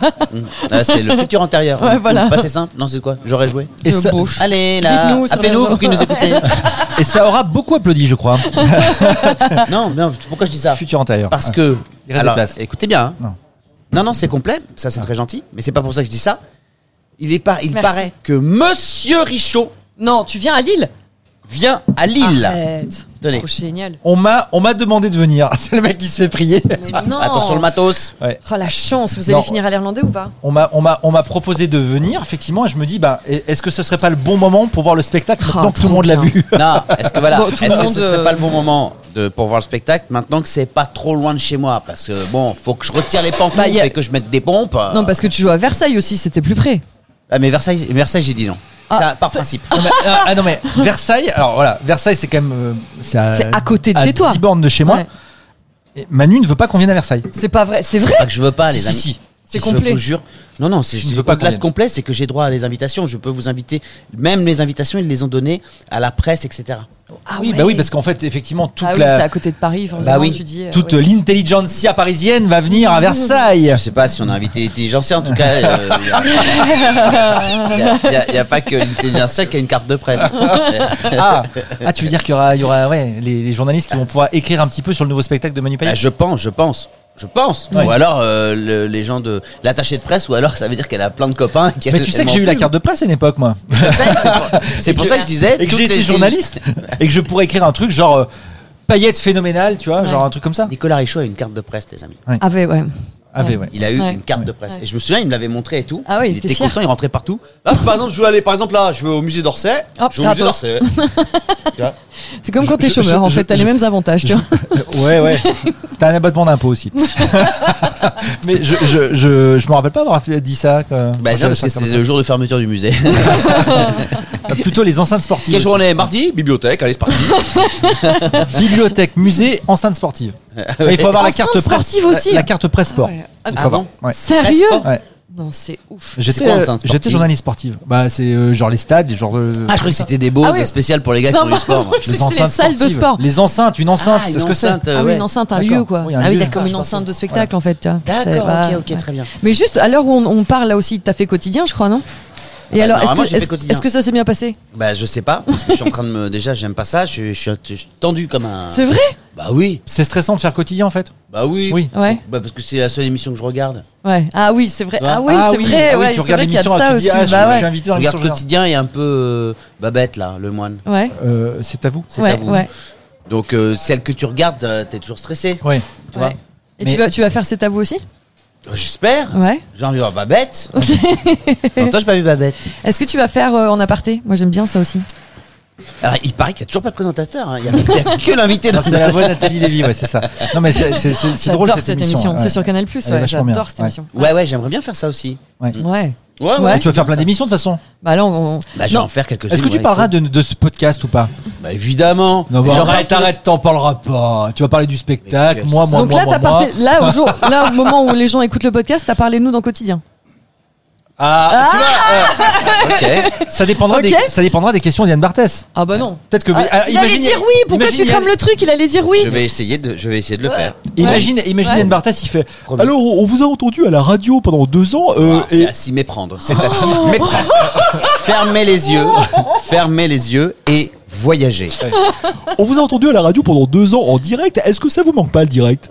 [SPEAKER 2] Ah, c'est le futur antérieur.
[SPEAKER 4] Ouais, voilà.
[SPEAKER 2] Pas c'est simple. Non, c'est quoi J'aurais joué.
[SPEAKER 3] Et
[SPEAKER 4] Le
[SPEAKER 3] ça-
[SPEAKER 4] bauche.
[SPEAKER 2] Allez, là,
[SPEAKER 4] Dites-nous sur les
[SPEAKER 2] appelez-nous,
[SPEAKER 4] réseaux.
[SPEAKER 2] vous qui nous écoutez.
[SPEAKER 3] Et ça aura beaucoup applaudi, je crois. hein,
[SPEAKER 2] non, non, pourquoi je
[SPEAKER 4] Ah.
[SPEAKER 2] dis ça
[SPEAKER 3] Futur antérieur.
[SPEAKER 2] Parce que.
[SPEAKER 3] Il reste des places.
[SPEAKER 2] écoutez bien. hein.
[SPEAKER 3] Non.
[SPEAKER 2] Non, non, c'est complet. Ça, c'est très gentil. Mais c'est pas pour ça que je dis ça. Il, est pas, il
[SPEAKER 4] Merci.
[SPEAKER 2] paraît que Monsieur Richaud
[SPEAKER 4] Non, tu viens à Lille
[SPEAKER 2] vient à Lille.
[SPEAKER 4] Ah, Arrête.
[SPEAKER 2] Tenez.
[SPEAKER 4] Trop génial.
[SPEAKER 3] On m'a on m'a demandé de venir. C'est le mec qui se fait prier.
[SPEAKER 4] Mais non.
[SPEAKER 2] Attention le matos.
[SPEAKER 4] Oh la chance, vous
[SPEAKER 3] Non.
[SPEAKER 4] allez finir à l'Irlandais ou pas
[SPEAKER 3] On m'a, on m'a, on m'a proposé de venir, effectivement, et je me dis, bah, est-ce que ce serait pas le bon moment pour voir le spectacle
[SPEAKER 4] Ah,
[SPEAKER 3] maintenant que tout le
[SPEAKER 4] trop
[SPEAKER 3] monde l'a
[SPEAKER 4] bien.
[SPEAKER 3] vu
[SPEAKER 2] Non, est-ce que voilà,
[SPEAKER 4] Bon, tout le
[SPEAKER 2] est-ce que
[SPEAKER 4] monde,
[SPEAKER 2] ce serait
[SPEAKER 4] euh,
[SPEAKER 2] pas le bon moment de pour voir le spectacle maintenant que c'est pas trop loin de chez moi parce que bon, faut que je retire les pompes
[SPEAKER 4] Bah, y a- bah-
[SPEAKER 2] et que je mette des pompes.
[SPEAKER 3] Euh.
[SPEAKER 4] Non, parce que tu joues à Versailles aussi, c'était plus près.
[SPEAKER 2] Ah mais Versailles, Versailles j'ai dit non. C'est un- par principe.
[SPEAKER 3] Non, mais- ah, ah, non mais Versailles, alors voilà, Versailles c'est quand même. euh, C'est à,
[SPEAKER 4] C'est à côté de chez toi.
[SPEAKER 3] 10 bornes de chez moi.
[SPEAKER 4] Ouais.
[SPEAKER 3] Et Manu ne veut pas qu'on vienne à Versailles.
[SPEAKER 4] C'est pas vrai. C'est vrai.
[SPEAKER 3] Ah,
[SPEAKER 2] Pas que je veux pas,
[SPEAKER 3] Si,
[SPEAKER 2] les
[SPEAKER 3] si,
[SPEAKER 2] amis.
[SPEAKER 3] si.
[SPEAKER 4] C'est
[SPEAKER 2] Si, je
[SPEAKER 4] complet.
[SPEAKER 2] vous jure. Non, non, c'est
[SPEAKER 3] Tu ne
[SPEAKER 2] c'est
[SPEAKER 3] veux pas
[SPEAKER 2] au-delà
[SPEAKER 3] qu'on
[SPEAKER 2] de
[SPEAKER 3] vienne.
[SPEAKER 2] complet, c'est que j'ai droit à des invitations. Je peux vous inviter. Même les invitations, ils les ont données à la presse, etc.
[SPEAKER 4] Ah
[SPEAKER 3] oui,
[SPEAKER 4] ouais.
[SPEAKER 3] bah oui, parce qu'en fait, effectivement, toute
[SPEAKER 4] Ah oui,
[SPEAKER 3] la.
[SPEAKER 4] c'est à côté de Paris, forcément.
[SPEAKER 2] Bah oui.
[SPEAKER 4] Tu dis. euh,
[SPEAKER 3] toute
[SPEAKER 4] ouais.
[SPEAKER 3] l'intelligentsia parisienne va venir à Versailles.
[SPEAKER 2] Je sais pas si on a invité l'intelligence, en tout cas, euh, il n'y a, pas que l'intelligence qui a une carte de presse.
[SPEAKER 3] Ah, ah, tu veux dire qu'il y aura, il y aura ouais, les, les journalistes qui vont pouvoir écrire un petit peu sur le nouveau spectacle de Manu Payet
[SPEAKER 2] Bah, je pense, je pense. Je pense.
[SPEAKER 3] Ouais.
[SPEAKER 2] Ou alors euh, le- les gens de l'attaché de presse, ou alors ça veut dire qu'elle a plein de copains. et qu'elle-
[SPEAKER 3] Mais tu sais
[SPEAKER 2] elle
[SPEAKER 3] que j'ai eu
[SPEAKER 2] m'en
[SPEAKER 3] la
[SPEAKER 2] fout.
[SPEAKER 3] carte de presse à une époque, moi.
[SPEAKER 2] Je sais, c'est pour- C'est pour ça que je disais.
[SPEAKER 3] Et que
[SPEAKER 2] toutes
[SPEAKER 3] j'ai été
[SPEAKER 2] les-
[SPEAKER 3] journaliste. et que je pourrais écrire un truc genre euh, paillette phénoménale, tu vois,
[SPEAKER 4] Ouais.
[SPEAKER 3] genre un truc comme ça.
[SPEAKER 2] Nicolas Richaud a une carte de presse, les amis.
[SPEAKER 4] Ah ouais, ouais.
[SPEAKER 3] Ah, ouais, ouais.
[SPEAKER 2] Il a eu
[SPEAKER 4] Ouais.
[SPEAKER 2] une carte de presse. Et je me souviens, il me l'avait montré et tout.
[SPEAKER 4] Ah ouais, il
[SPEAKER 2] il
[SPEAKER 4] était
[SPEAKER 2] était
[SPEAKER 4] fier.
[SPEAKER 2] content, il rentrait partout. Bah, Là, par exemple, je veux aller, par exemple, là, je veux au musée d'Orsay.
[SPEAKER 4] Hop,
[SPEAKER 2] je vais au musée
[SPEAKER 4] t'as
[SPEAKER 2] d'Orsay. Tu vois
[SPEAKER 4] C'est comme quand
[SPEAKER 3] Je-
[SPEAKER 4] t'es
[SPEAKER 3] je-
[SPEAKER 4] chômeur. En
[SPEAKER 3] je-
[SPEAKER 4] fait, t'as
[SPEAKER 3] je-
[SPEAKER 4] les mêmes avantages, tu vois.
[SPEAKER 3] Ouais, ouais. T'as un abattement d'impôt aussi. Mais je, je, je, je me rappelle pas avoir fait- dit ça.
[SPEAKER 2] Bah,
[SPEAKER 3] quand- quand
[SPEAKER 2] non, parce
[SPEAKER 3] j'avais
[SPEAKER 2] que
[SPEAKER 3] ça.
[SPEAKER 2] c'était le jour de fermeture du musée.
[SPEAKER 3] Ah, Plutôt les enceintes sportives.
[SPEAKER 2] Quelle
[SPEAKER 3] aussi.
[SPEAKER 2] journée Mardi, bibliothèque, allez, c'est parti.
[SPEAKER 3] Bibliothèque, musée, enceinte sportive. Et il faut avoir la
[SPEAKER 4] Enceinte
[SPEAKER 3] carte presse.
[SPEAKER 4] sportive aussi.
[SPEAKER 3] La carte presse sport.
[SPEAKER 4] Ah ouais.
[SPEAKER 3] Il faut
[SPEAKER 2] Ah
[SPEAKER 3] avoir.
[SPEAKER 2] bon
[SPEAKER 3] Ouais.
[SPEAKER 4] Sérieux
[SPEAKER 2] Très sport.
[SPEAKER 3] Ouais.
[SPEAKER 4] Non, c'est ouf.
[SPEAKER 3] J'étais,
[SPEAKER 2] quoi,
[SPEAKER 3] euh,
[SPEAKER 2] enceinte sportive
[SPEAKER 3] j'étais journaliste sportive. Bah, c'est euh, genre les stades, les genres de.
[SPEAKER 2] Ah, je croyais que c'était des beaux
[SPEAKER 4] Ah ouais.
[SPEAKER 2] spéciales pour les gars qui
[SPEAKER 4] Non,
[SPEAKER 2] font du
[SPEAKER 4] pardon,
[SPEAKER 2] sport. moi.
[SPEAKER 4] je croyais que c'était les salles de
[SPEAKER 3] sportives.
[SPEAKER 4] sport.
[SPEAKER 3] Les enceintes, une enceinte,
[SPEAKER 2] Ah,
[SPEAKER 3] c'est
[SPEAKER 2] une
[SPEAKER 3] ce que c'est.
[SPEAKER 2] enceinte, euh,
[SPEAKER 4] Ah oui,
[SPEAKER 2] ouais.
[SPEAKER 4] une enceinte, un
[SPEAKER 3] D'accord.
[SPEAKER 4] lieu quoi.
[SPEAKER 3] Oui, un
[SPEAKER 2] Ah oui,
[SPEAKER 3] lieu.
[SPEAKER 2] d'accord.
[SPEAKER 4] Comme
[SPEAKER 2] je
[SPEAKER 4] une
[SPEAKER 2] pensais.
[SPEAKER 4] enceinte de spectacle en fait, tu vois.
[SPEAKER 2] D'accord,
[SPEAKER 4] C'est pas-
[SPEAKER 2] ok, ok,
[SPEAKER 4] ouais.
[SPEAKER 2] très bien.
[SPEAKER 4] Mais juste à l'heure où on, on parle là aussi de t'as fait quotidien, je crois, non Et
[SPEAKER 2] Bah,
[SPEAKER 4] alors, est-ce
[SPEAKER 2] normalement, j'ai
[SPEAKER 4] que,
[SPEAKER 2] fait
[SPEAKER 4] est-ce-
[SPEAKER 2] quotidien.
[SPEAKER 4] est-ce que ça s'est bien passé
[SPEAKER 2] Bah, je sais pas. Parce que je suis en train de me. Déjà, j'aime pas ça. Je, je suis je suis tendu comme un.
[SPEAKER 4] C'est vrai
[SPEAKER 2] Bah oui.
[SPEAKER 3] C'est stressant de faire quotidien en fait.
[SPEAKER 2] Bah oui.
[SPEAKER 3] Oui.
[SPEAKER 4] Ouais.
[SPEAKER 2] Bah, parce que c'est la seule émission que je regarde.
[SPEAKER 4] Ouais. Ah oui, c'est vrai.
[SPEAKER 2] Ah,
[SPEAKER 4] Ah oui,
[SPEAKER 3] ah
[SPEAKER 4] c'est
[SPEAKER 3] oui,
[SPEAKER 4] vrai.
[SPEAKER 3] ah oui,
[SPEAKER 4] ouais,
[SPEAKER 3] tu
[SPEAKER 4] c'est
[SPEAKER 3] regardes
[SPEAKER 4] vrai qu'il y a de
[SPEAKER 3] l'émission et
[SPEAKER 4] ça
[SPEAKER 3] tu dis
[SPEAKER 4] aussi.
[SPEAKER 3] ah, je,
[SPEAKER 4] bah
[SPEAKER 3] je
[SPEAKER 4] ouais.
[SPEAKER 3] suis invité
[SPEAKER 2] Je
[SPEAKER 3] dans
[SPEAKER 2] regarde
[SPEAKER 3] l'émission.
[SPEAKER 2] quotidien et un peu euh, Babette là, le moine.
[SPEAKER 4] Ouais.
[SPEAKER 3] Euh, c'est à vous.
[SPEAKER 2] C'est
[SPEAKER 4] ouais,
[SPEAKER 2] à vous.
[SPEAKER 4] ouais.
[SPEAKER 2] Donc euh, celle que tu regardes, euh, t'es toujours stressé.
[SPEAKER 3] Ouais.
[SPEAKER 2] Tu vois
[SPEAKER 4] Ouais. Et
[SPEAKER 3] Mais-
[SPEAKER 4] tu vas, tu vas faire c'est à vous aussi
[SPEAKER 2] Euh, J'espère.
[SPEAKER 4] Ouais.
[SPEAKER 2] J'ai envie de voir Babette. Longtemps j'ai pas vu Babette.
[SPEAKER 4] Est-ce que tu vas faire euh, en aparté Moi j'aime bien ça aussi.
[SPEAKER 2] Alors il paraît qu'il y a toujours pas de présentateur. hein. Il y a, il y a que l'invité dans
[SPEAKER 3] Ah, c'est la voix de Nathalie Lévy, ouais, c'est ça. Non mais c'est, c'est, c'est, c'est drôle
[SPEAKER 4] J'adore
[SPEAKER 3] cette, émission. ouais.
[SPEAKER 4] C'est sur Canal Plus.
[SPEAKER 3] Elle est
[SPEAKER 4] Ouais.
[SPEAKER 3] vachement bien.
[SPEAKER 4] J'adore cette
[SPEAKER 3] Ouais.
[SPEAKER 4] émission.
[SPEAKER 2] Ouais ouais, j'aimerais bien faire ça aussi.
[SPEAKER 3] Ouais.
[SPEAKER 4] Ouais.
[SPEAKER 2] Ouais
[SPEAKER 3] Tu vas faire plein d'émissions de toute façon.
[SPEAKER 4] Bah là on. on-
[SPEAKER 2] Bah je vais
[SPEAKER 3] Non.
[SPEAKER 2] en faire quelques-unes.
[SPEAKER 3] Est-ce que tu
[SPEAKER 2] ouais,
[SPEAKER 3] parleras
[SPEAKER 2] il
[SPEAKER 3] de, de ce podcast ou pas
[SPEAKER 2] faut. Bah évidemment.
[SPEAKER 3] Non, bah,
[SPEAKER 2] Genre,
[SPEAKER 3] arrête, arrête, t'en parleras pas. Tu vas parler du spectacle,
[SPEAKER 2] Mais
[SPEAKER 3] moi, moi,
[SPEAKER 4] Donc
[SPEAKER 3] moi,
[SPEAKER 4] là,
[SPEAKER 3] moi,
[SPEAKER 4] t'as
[SPEAKER 3] moi.
[SPEAKER 4] parté- là, au jour, là, au moment où les gens écoutent le podcast, t'as parlé de nous dans quotidien.
[SPEAKER 3] Ah,
[SPEAKER 2] Ok.
[SPEAKER 3] ça dépendra,
[SPEAKER 4] Ok.
[SPEAKER 3] des, ça dépendra des questions d'Yann Barthès.
[SPEAKER 4] Ah bah non.
[SPEAKER 3] Peut-être que.
[SPEAKER 4] Ah,
[SPEAKER 3] alors,
[SPEAKER 4] il allait
[SPEAKER 3] imagine-
[SPEAKER 4] dire oui. Pourquoi
[SPEAKER 3] imagine
[SPEAKER 4] tu
[SPEAKER 3] Yann-
[SPEAKER 4] crames le truc Il allait dire oui.
[SPEAKER 2] Je vais essayer de, je vais essayer de le faire.
[SPEAKER 3] Imagine, imagine
[SPEAKER 4] Ouais.
[SPEAKER 3] Yann Barthès, il fait.
[SPEAKER 2] Promis.
[SPEAKER 3] Alors, on vous a entendu à la radio pendant deux ans. euh, Oh.
[SPEAKER 2] Ah, C'est à s'y méprendre. C'est à s'y méprendre. Fermez les yeux. Fermez les yeux et voyagez.
[SPEAKER 3] On vous a entendu à la radio pendant deux ans en direct. Est-ce que ça vous manque pas le direct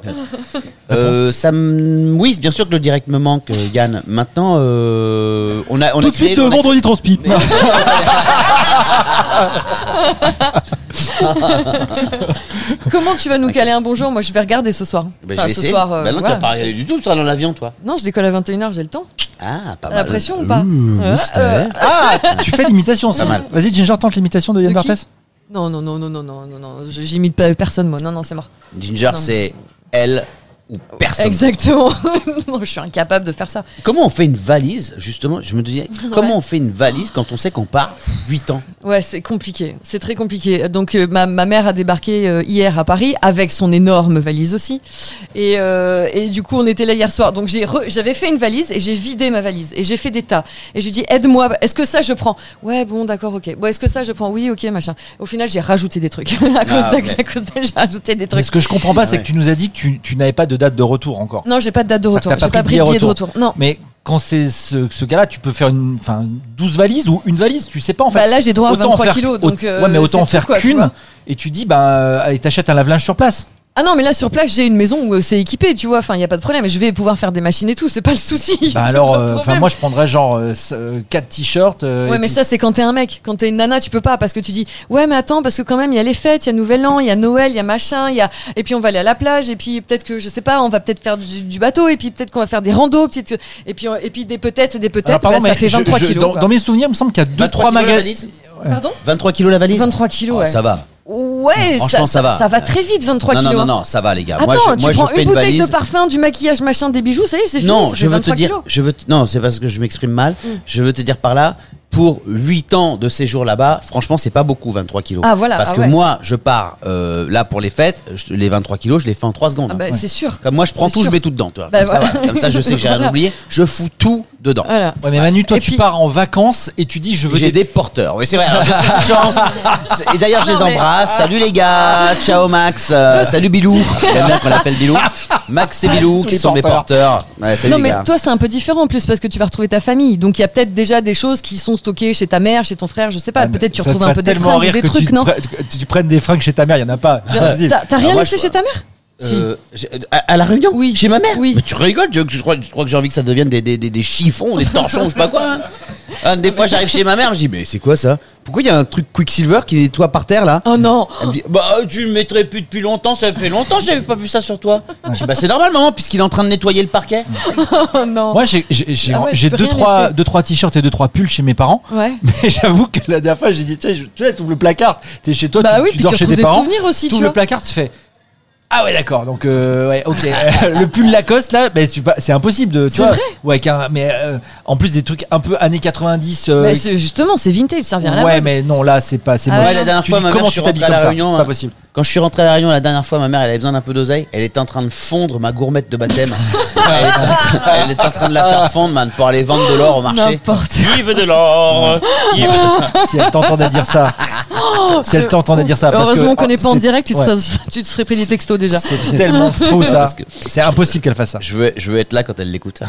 [SPEAKER 2] Euh, ça me- Oui, bien sûr que le direct me manque, euh, Yann. Maintenant, euh, on a. On
[SPEAKER 3] Tout
[SPEAKER 2] a
[SPEAKER 3] de suite,
[SPEAKER 2] créé-
[SPEAKER 3] euh,
[SPEAKER 2] on a-
[SPEAKER 3] vendredi transpi.
[SPEAKER 4] Comment tu vas nous caler un bonjour Moi, je vais regarder ce soir.
[SPEAKER 2] Bah, je
[SPEAKER 4] Enfin,
[SPEAKER 2] vais
[SPEAKER 4] ce
[SPEAKER 2] essayer.
[SPEAKER 4] soir. euh,
[SPEAKER 2] Bah non, tu
[SPEAKER 4] voilà.
[SPEAKER 2] vas pas regarder du tout, tu seras dans l'avion, toi.
[SPEAKER 4] Non, je décolle à 21h, j'ai le temps.
[SPEAKER 2] Ah, pas
[SPEAKER 4] T'as
[SPEAKER 2] mal.
[SPEAKER 4] la pression ou pas
[SPEAKER 2] Ouh,
[SPEAKER 4] Euh,
[SPEAKER 2] mystère.
[SPEAKER 3] Ah, tu fais l'imitation, ça.
[SPEAKER 2] Pas mal.
[SPEAKER 3] Vas-y, Ginger, tente l'imitation de Yann
[SPEAKER 4] De qui
[SPEAKER 3] Barthès.
[SPEAKER 4] Non, non, non, non, non, non, non, non. je- J'imite pas personne, moi. Non, non, c'est mort.
[SPEAKER 2] Ginger,
[SPEAKER 4] Non.
[SPEAKER 2] c'est elle ou personne.
[SPEAKER 4] Exactement. non, je suis incapable de faire ça.
[SPEAKER 2] Comment on fait une valise, justement Je me disais, comment on fait une valise quand on sait qu'on part 8 ans
[SPEAKER 4] Ouais, c'est compliqué. C'est très compliqué. Donc, euh, ma, ma mère a débarqué euh, hier à Paris avec son énorme valise aussi. Et, euh, et du coup, on était là hier soir. Donc, j'ai re- j'avais fait une valise et j'ai vidé ma valise et j'ai fait des tas. Et je lui dis, aide-moi. Est-ce que ça je prends Ouais, bon, d'accord, ok. Bon, est-ce que ça je prends Oui, ok, machin. Au final, j'ai rajouté des trucs. à cause d'elle,
[SPEAKER 2] ok.
[SPEAKER 4] à cause d'elle, j'ai rajouté des
[SPEAKER 3] Ah, Mais
[SPEAKER 4] trucs.
[SPEAKER 3] ce que je comprends pas, c'est
[SPEAKER 2] Ouais.
[SPEAKER 3] que tu nous as dit que tu, tu n'avais pas de date de retour encore.
[SPEAKER 4] Non, j'ai pas de date de
[SPEAKER 3] C'est-à-dire
[SPEAKER 4] retour.
[SPEAKER 3] que t'as
[SPEAKER 4] J'ai pas pris de billet de retour. Non.
[SPEAKER 3] Mais quand c'est ce, ce cas-là, tu peux faire une, enfin, 12 valises ou une valise, tu sais pas en fait.
[SPEAKER 4] Bah là, j'ai droit à
[SPEAKER 3] Autant en
[SPEAKER 4] 23
[SPEAKER 3] faire-
[SPEAKER 4] kilos,
[SPEAKER 3] au-
[SPEAKER 4] donc, euh,
[SPEAKER 3] ouais, mais autant
[SPEAKER 4] c'est
[SPEAKER 3] en faire
[SPEAKER 4] tout, quoi, tu
[SPEAKER 3] qu'une
[SPEAKER 4] vois.
[SPEAKER 3] et tu dis, bah, allez, t'achètes un lave-linge sur place.
[SPEAKER 4] Ah non, mais là sur place, j'ai une maison où euh, c'est équipé, tu vois. Enfin, il y a pas de problème. Je vais pouvoir faire des machines et tout. C'est pas le souci. C'est
[SPEAKER 3] Bah
[SPEAKER 4] pas
[SPEAKER 3] alors,
[SPEAKER 4] le
[SPEAKER 3] euh, enfin,
[SPEAKER 4] problème.
[SPEAKER 3] moi je prendrais genre euh, 4 t-shirts. euh,
[SPEAKER 4] Ouais,
[SPEAKER 3] et
[SPEAKER 4] mais
[SPEAKER 3] puis-
[SPEAKER 4] ça, c'est quand t'es un mec. Quand t'es une nana, tu peux pas parce que tu dis, ouais, mais attends, parce que quand même, il y a les fêtes, il y a Nouvel An, il y a Noël, il y a machin, il y a, et puis on va aller à la plage, et puis peut-être que, je sais pas, on va peut-être faire du, du bateau, et puis peut-être qu'on va faire des randos, peut-être que- et puis, on- et puis des peut-être, et des peut-être,
[SPEAKER 3] Alors, pardon,
[SPEAKER 4] bah, ça
[SPEAKER 3] mais
[SPEAKER 4] fait
[SPEAKER 3] je-
[SPEAKER 4] 23
[SPEAKER 3] je-
[SPEAKER 4] kilos.
[SPEAKER 3] Dans,
[SPEAKER 4] quoi.
[SPEAKER 3] dans mes souvenirs, il me semble qu'il y a 2-3
[SPEAKER 2] Bah, kilos la
[SPEAKER 3] magasins.
[SPEAKER 2] valise
[SPEAKER 4] Pardon?
[SPEAKER 2] 23 kilos la valise
[SPEAKER 4] 23 kilos,
[SPEAKER 2] Oh,
[SPEAKER 4] ouais.
[SPEAKER 2] Ça va.
[SPEAKER 4] Ouais,
[SPEAKER 2] Franchement, ça va.
[SPEAKER 4] Ça va très vite, 23
[SPEAKER 2] non,
[SPEAKER 4] kilos.
[SPEAKER 2] non, non,
[SPEAKER 4] hein.
[SPEAKER 2] non, ça va, les gars.
[SPEAKER 4] Attends,
[SPEAKER 2] moi, je,
[SPEAKER 4] tu
[SPEAKER 2] moi, je
[SPEAKER 4] prends
[SPEAKER 2] fais
[SPEAKER 4] une bouteille
[SPEAKER 2] valise.
[SPEAKER 4] de parfum, du maquillage, machin, des bijoux, ça y est, c'est fini.
[SPEAKER 2] Non,
[SPEAKER 4] ça
[SPEAKER 2] je
[SPEAKER 4] fait
[SPEAKER 2] veux te
[SPEAKER 4] 23
[SPEAKER 2] dire,
[SPEAKER 4] kilos. Mm.
[SPEAKER 2] je veux te- non, c'est parce que je m'exprime mal. Je veux te dire par là, pour 8 ans de séjour là-bas, franchement, c'est pas beaucoup 23 kilos.
[SPEAKER 4] Ah, voilà,
[SPEAKER 2] Parce
[SPEAKER 4] ah
[SPEAKER 2] que
[SPEAKER 4] ouais.
[SPEAKER 2] moi, je pars euh, là pour les fêtes, je- les 23 kilos, je les fais en 3 secondes.
[SPEAKER 4] Ah bah,
[SPEAKER 2] hein.
[SPEAKER 4] c'est sûr.
[SPEAKER 2] Comme moi, je prends
[SPEAKER 4] C'est
[SPEAKER 2] tout, je
[SPEAKER 4] sûr.
[SPEAKER 2] mets tout dedans. tu vois.
[SPEAKER 4] Bah,
[SPEAKER 2] comme, ça,
[SPEAKER 4] voilà.
[SPEAKER 2] voilà. Comme ça, je sais que j'ai rien
[SPEAKER 4] Voilà.
[SPEAKER 2] oublié. Je fous tout dedans.
[SPEAKER 4] Voilà.
[SPEAKER 3] Ouais, mais Manu, toi,
[SPEAKER 4] Et
[SPEAKER 3] tu
[SPEAKER 4] puis-
[SPEAKER 3] pars en vacances et tu dis je veux
[SPEAKER 2] J'ai des porteurs. Oui, c'est vrai. Alors, j'ai cette chance. Et d'ailleurs, je les
[SPEAKER 4] Non, Ah mais- Ah.
[SPEAKER 2] embrasse. Salut les gars. Ciao Max. Euh, salut Bilou. J'aime bien qu'on l'appelle Bilou. Max et Bilou
[SPEAKER 3] Tous
[SPEAKER 2] qui
[SPEAKER 3] les
[SPEAKER 2] sont mes porteurs. Ouais, salut
[SPEAKER 4] non,
[SPEAKER 2] les
[SPEAKER 4] mais
[SPEAKER 2] gars.
[SPEAKER 4] toi, c'est un peu différent en plus parce que tu vas retrouver ta famille. Donc, il y a peut-être déjà des choses qui sont stockées chez ta mère, chez ton frère, je sais
[SPEAKER 2] Ah,
[SPEAKER 4] pas. peut-être
[SPEAKER 3] Ça
[SPEAKER 4] tu retrouves
[SPEAKER 3] fera
[SPEAKER 4] un peu des
[SPEAKER 3] tellement
[SPEAKER 4] fringues,
[SPEAKER 3] rire
[SPEAKER 4] des
[SPEAKER 3] que
[SPEAKER 4] trucs,
[SPEAKER 3] tu,
[SPEAKER 4] non
[SPEAKER 3] pre- tu, tu prennes des fringues chez ta mère, il y en a pas. C'est impossible.
[SPEAKER 4] T'as t'as
[SPEAKER 2] Bah,
[SPEAKER 4] rien
[SPEAKER 2] moi,
[SPEAKER 4] laissé
[SPEAKER 2] je-
[SPEAKER 4] chez ta mère
[SPEAKER 2] Euh, j'ai- à, à la Réunion
[SPEAKER 4] Oui.
[SPEAKER 2] Chez ma mère
[SPEAKER 4] Oui.
[SPEAKER 2] Mais tu rigoles, tu, veux que je, crois, je crois que j'ai envie que ça devienne des, des, des, des chiffons, des torchons, je sais pas quoi. hein. Ah, des fois, j'arrive chez ma mère, je dis, mais c'est quoi ça Pourquoi il y a un truc Quicksilver qui nettoie par terre là
[SPEAKER 4] Oh non
[SPEAKER 2] Elle me dit, bah euh, tu le mettrais plus depuis longtemps, ça fait longtemps que j'avais pas vu ça sur toi. Je dis, bah c'est normal maman, puisqu'il est en train de nettoyer le parquet.
[SPEAKER 4] Oh non
[SPEAKER 3] Moi, j'ai j'ai- j'ai-
[SPEAKER 4] Ah ouais, tu
[SPEAKER 3] j'ai
[SPEAKER 4] peux
[SPEAKER 3] deux,
[SPEAKER 4] rien
[SPEAKER 3] trois,
[SPEAKER 4] laisser.
[SPEAKER 3] deux, trois t-shirts et deux, trois pulls chez mes parents.
[SPEAKER 4] Ouais.
[SPEAKER 3] Mais j'avoue que la dernière fois, j'ai dit, tiens, je- tu vois, t'ouvres le placard, t'es chez toi,
[SPEAKER 4] Bah
[SPEAKER 3] tu,
[SPEAKER 4] oui,
[SPEAKER 3] tu
[SPEAKER 4] puis
[SPEAKER 3] dors
[SPEAKER 4] tu
[SPEAKER 3] chez tes
[SPEAKER 4] retrouves des
[SPEAKER 3] parents.
[SPEAKER 4] souvenirs aussi, tu
[SPEAKER 3] T'ouvres le
[SPEAKER 4] vois.
[SPEAKER 3] placard, tu fais. Ah ouais d'accord donc euh, ouais ok le pull Lacoste là ben tu pas- c'est impossible de tu
[SPEAKER 4] C'est
[SPEAKER 3] vois
[SPEAKER 4] vrai
[SPEAKER 3] ouais qu'un- mais euh, en plus des trucs un peu années 90 euh,
[SPEAKER 4] Mais Bah, c'est- justement, c'est vintage, ça revient à la
[SPEAKER 3] ouais
[SPEAKER 4] mode.
[SPEAKER 3] mais non là c'est pas c'est
[SPEAKER 4] Ah
[SPEAKER 3] moche.
[SPEAKER 4] ouais, la
[SPEAKER 2] dernière
[SPEAKER 3] Tu
[SPEAKER 2] fois,
[SPEAKER 3] dis,
[SPEAKER 2] ma mère,
[SPEAKER 3] comment
[SPEAKER 2] je suis
[SPEAKER 3] tu t'habilles
[SPEAKER 2] rentré à
[SPEAKER 3] comme
[SPEAKER 2] la
[SPEAKER 3] ça
[SPEAKER 2] Réunion,
[SPEAKER 3] c'est
[SPEAKER 2] hein.
[SPEAKER 3] pas possible
[SPEAKER 2] Quand je suis rentré à la Réunion la dernière fois, ma mère elle avait besoin d'un peu d'oseille. Elle était en train de fondre ma gourmette de baptême. elle, était en train, elle était en train de la faire fondre man, pour aller vendre de l'or au marché.
[SPEAKER 4] N'importe.
[SPEAKER 5] Qui veut de l'or Qui veut de-
[SPEAKER 3] si elle t'entendait dire ça si elle t'entendait dire ça parce que-
[SPEAKER 4] Oh, Heureusement
[SPEAKER 2] oh,
[SPEAKER 4] qu'on n'est pas en
[SPEAKER 3] c'est-
[SPEAKER 4] direct, tu te,
[SPEAKER 3] ouais.
[SPEAKER 4] serais, tu te serais pris des textos déjà.
[SPEAKER 3] C'est tellement faux ça.
[SPEAKER 2] Parce que-
[SPEAKER 3] C'est impossible qu'elle fasse ça.
[SPEAKER 2] Ah. Je veux, je veux être là quand elle l'écoute.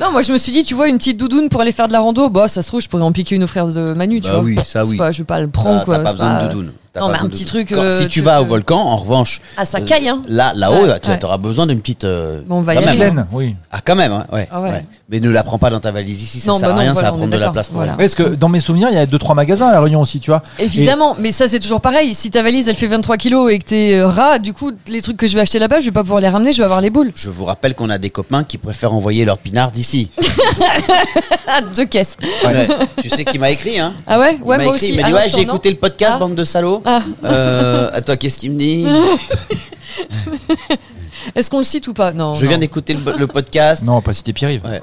[SPEAKER 4] Non, moi je me suis dit, tu vois, une petite doudoune pour aller faire de la rando, bah ça se trouve, je pourrais en piquer une au frère de Manu, tu
[SPEAKER 2] Bah
[SPEAKER 4] vois.
[SPEAKER 2] oui, ça
[SPEAKER 4] C'est
[SPEAKER 2] oui.
[SPEAKER 4] Pas, je vais pas le
[SPEAKER 2] T'as-
[SPEAKER 4] prendre quoi.
[SPEAKER 2] T'as pas
[SPEAKER 4] c'est
[SPEAKER 2] besoin de
[SPEAKER 4] pas-
[SPEAKER 2] doudoune. T'as
[SPEAKER 4] Non,
[SPEAKER 2] pas
[SPEAKER 4] mais un
[SPEAKER 2] besoin de
[SPEAKER 4] petit
[SPEAKER 2] doudoune.
[SPEAKER 4] truc.
[SPEAKER 2] Quand-
[SPEAKER 4] euh,
[SPEAKER 2] si tu
[SPEAKER 4] te-
[SPEAKER 2] vas au
[SPEAKER 4] te-
[SPEAKER 2] volcan, en revanche.
[SPEAKER 4] Ah, ça
[SPEAKER 2] euh,
[SPEAKER 4] caille, hein.
[SPEAKER 2] Là, là-haut,
[SPEAKER 4] Ouais,
[SPEAKER 2] tu
[SPEAKER 4] ouais.
[SPEAKER 2] auras besoin d'une petite. euh,
[SPEAKER 4] Bon, on va y
[SPEAKER 2] quand
[SPEAKER 4] aller.
[SPEAKER 2] même.
[SPEAKER 4] Claire.
[SPEAKER 3] Plaine, oui.
[SPEAKER 2] Ah, quand même, hein, ouais,
[SPEAKER 4] Ah ouais.
[SPEAKER 2] ouais. Mais ne la prends pas dans ta valise ici, ça
[SPEAKER 4] Non,
[SPEAKER 2] sert
[SPEAKER 4] bah
[SPEAKER 2] à rien,
[SPEAKER 4] non,
[SPEAKER 2] ça va
[SPEAKER 4] voilà, on
[SPEAKER 2] prendre
[SPEAKER 4] est
[SPEAKER 2] de la
[SPEAKER 4] d'accord,
[SPEAKER 2] place pour
[SPEAKER 4] voilà.
[SPEAKER 2] elle.
[SPEAKER 3] Parce que dans mes souvenirs, il y a deux trois magasins à La Réunion aussi, tu vois.
[SPEAKER 4] Évidemment, mais ça c'est toujours pareil. Si ta valise elle fait 23 kilos et que t'es euh, rat, du coup les trucs que je vais acheter là-bas, je vais pas pouvoir les ramener, je vais avoir les boules.
[SPEAKER 2] Je vous rappelle qu'on a des copains qui préfèrent envoyer leur pinard d'ici.
[SPEAKER 4] Ah, deux caisses.
[SPEAKER 2] Ouais. Tu sais qui m'a écrit, hein
[SPEAKER 4] Ah ouais,
[SPEAKER 2] Il
[SPEAKER 4] ouais,
[SPEAKER 2] m'a
[SPEAKER 4] moi
[SPEAKER 2] écrit,
[SPEAKER 4] aussi.
[SPEAKER 2] Il m'a
[SPEAKER 4] Ah
[SPEAKER 2] dit
[SPEAKER 4] non,
[SPEAKER 2] Ouais,
[SPEAKER 4] je
[SPEAKER 2] j'ai
[SPEAKER 4] t'en-
[SPEAKER 2] écouté le podcast,
[SPEAKER 4] Ah.
[SPEAKER 2] bande de salauds.
[SPEAKER 4] Ah.
[SPEAKER 2] Euh, attends, qu'est-ce qu'il me dit
[SPEAKER 4] Est-ce qu'on le cite ou pas Non.
[SPEAKER 2] Je viens
[SPEAKER 4] non.
[SPEAKER 2] d'écouter le, le podcast.
[SPEAKER 3] Non, pas citer Pierre-Yves.
[SPEAKER 2] Ouais.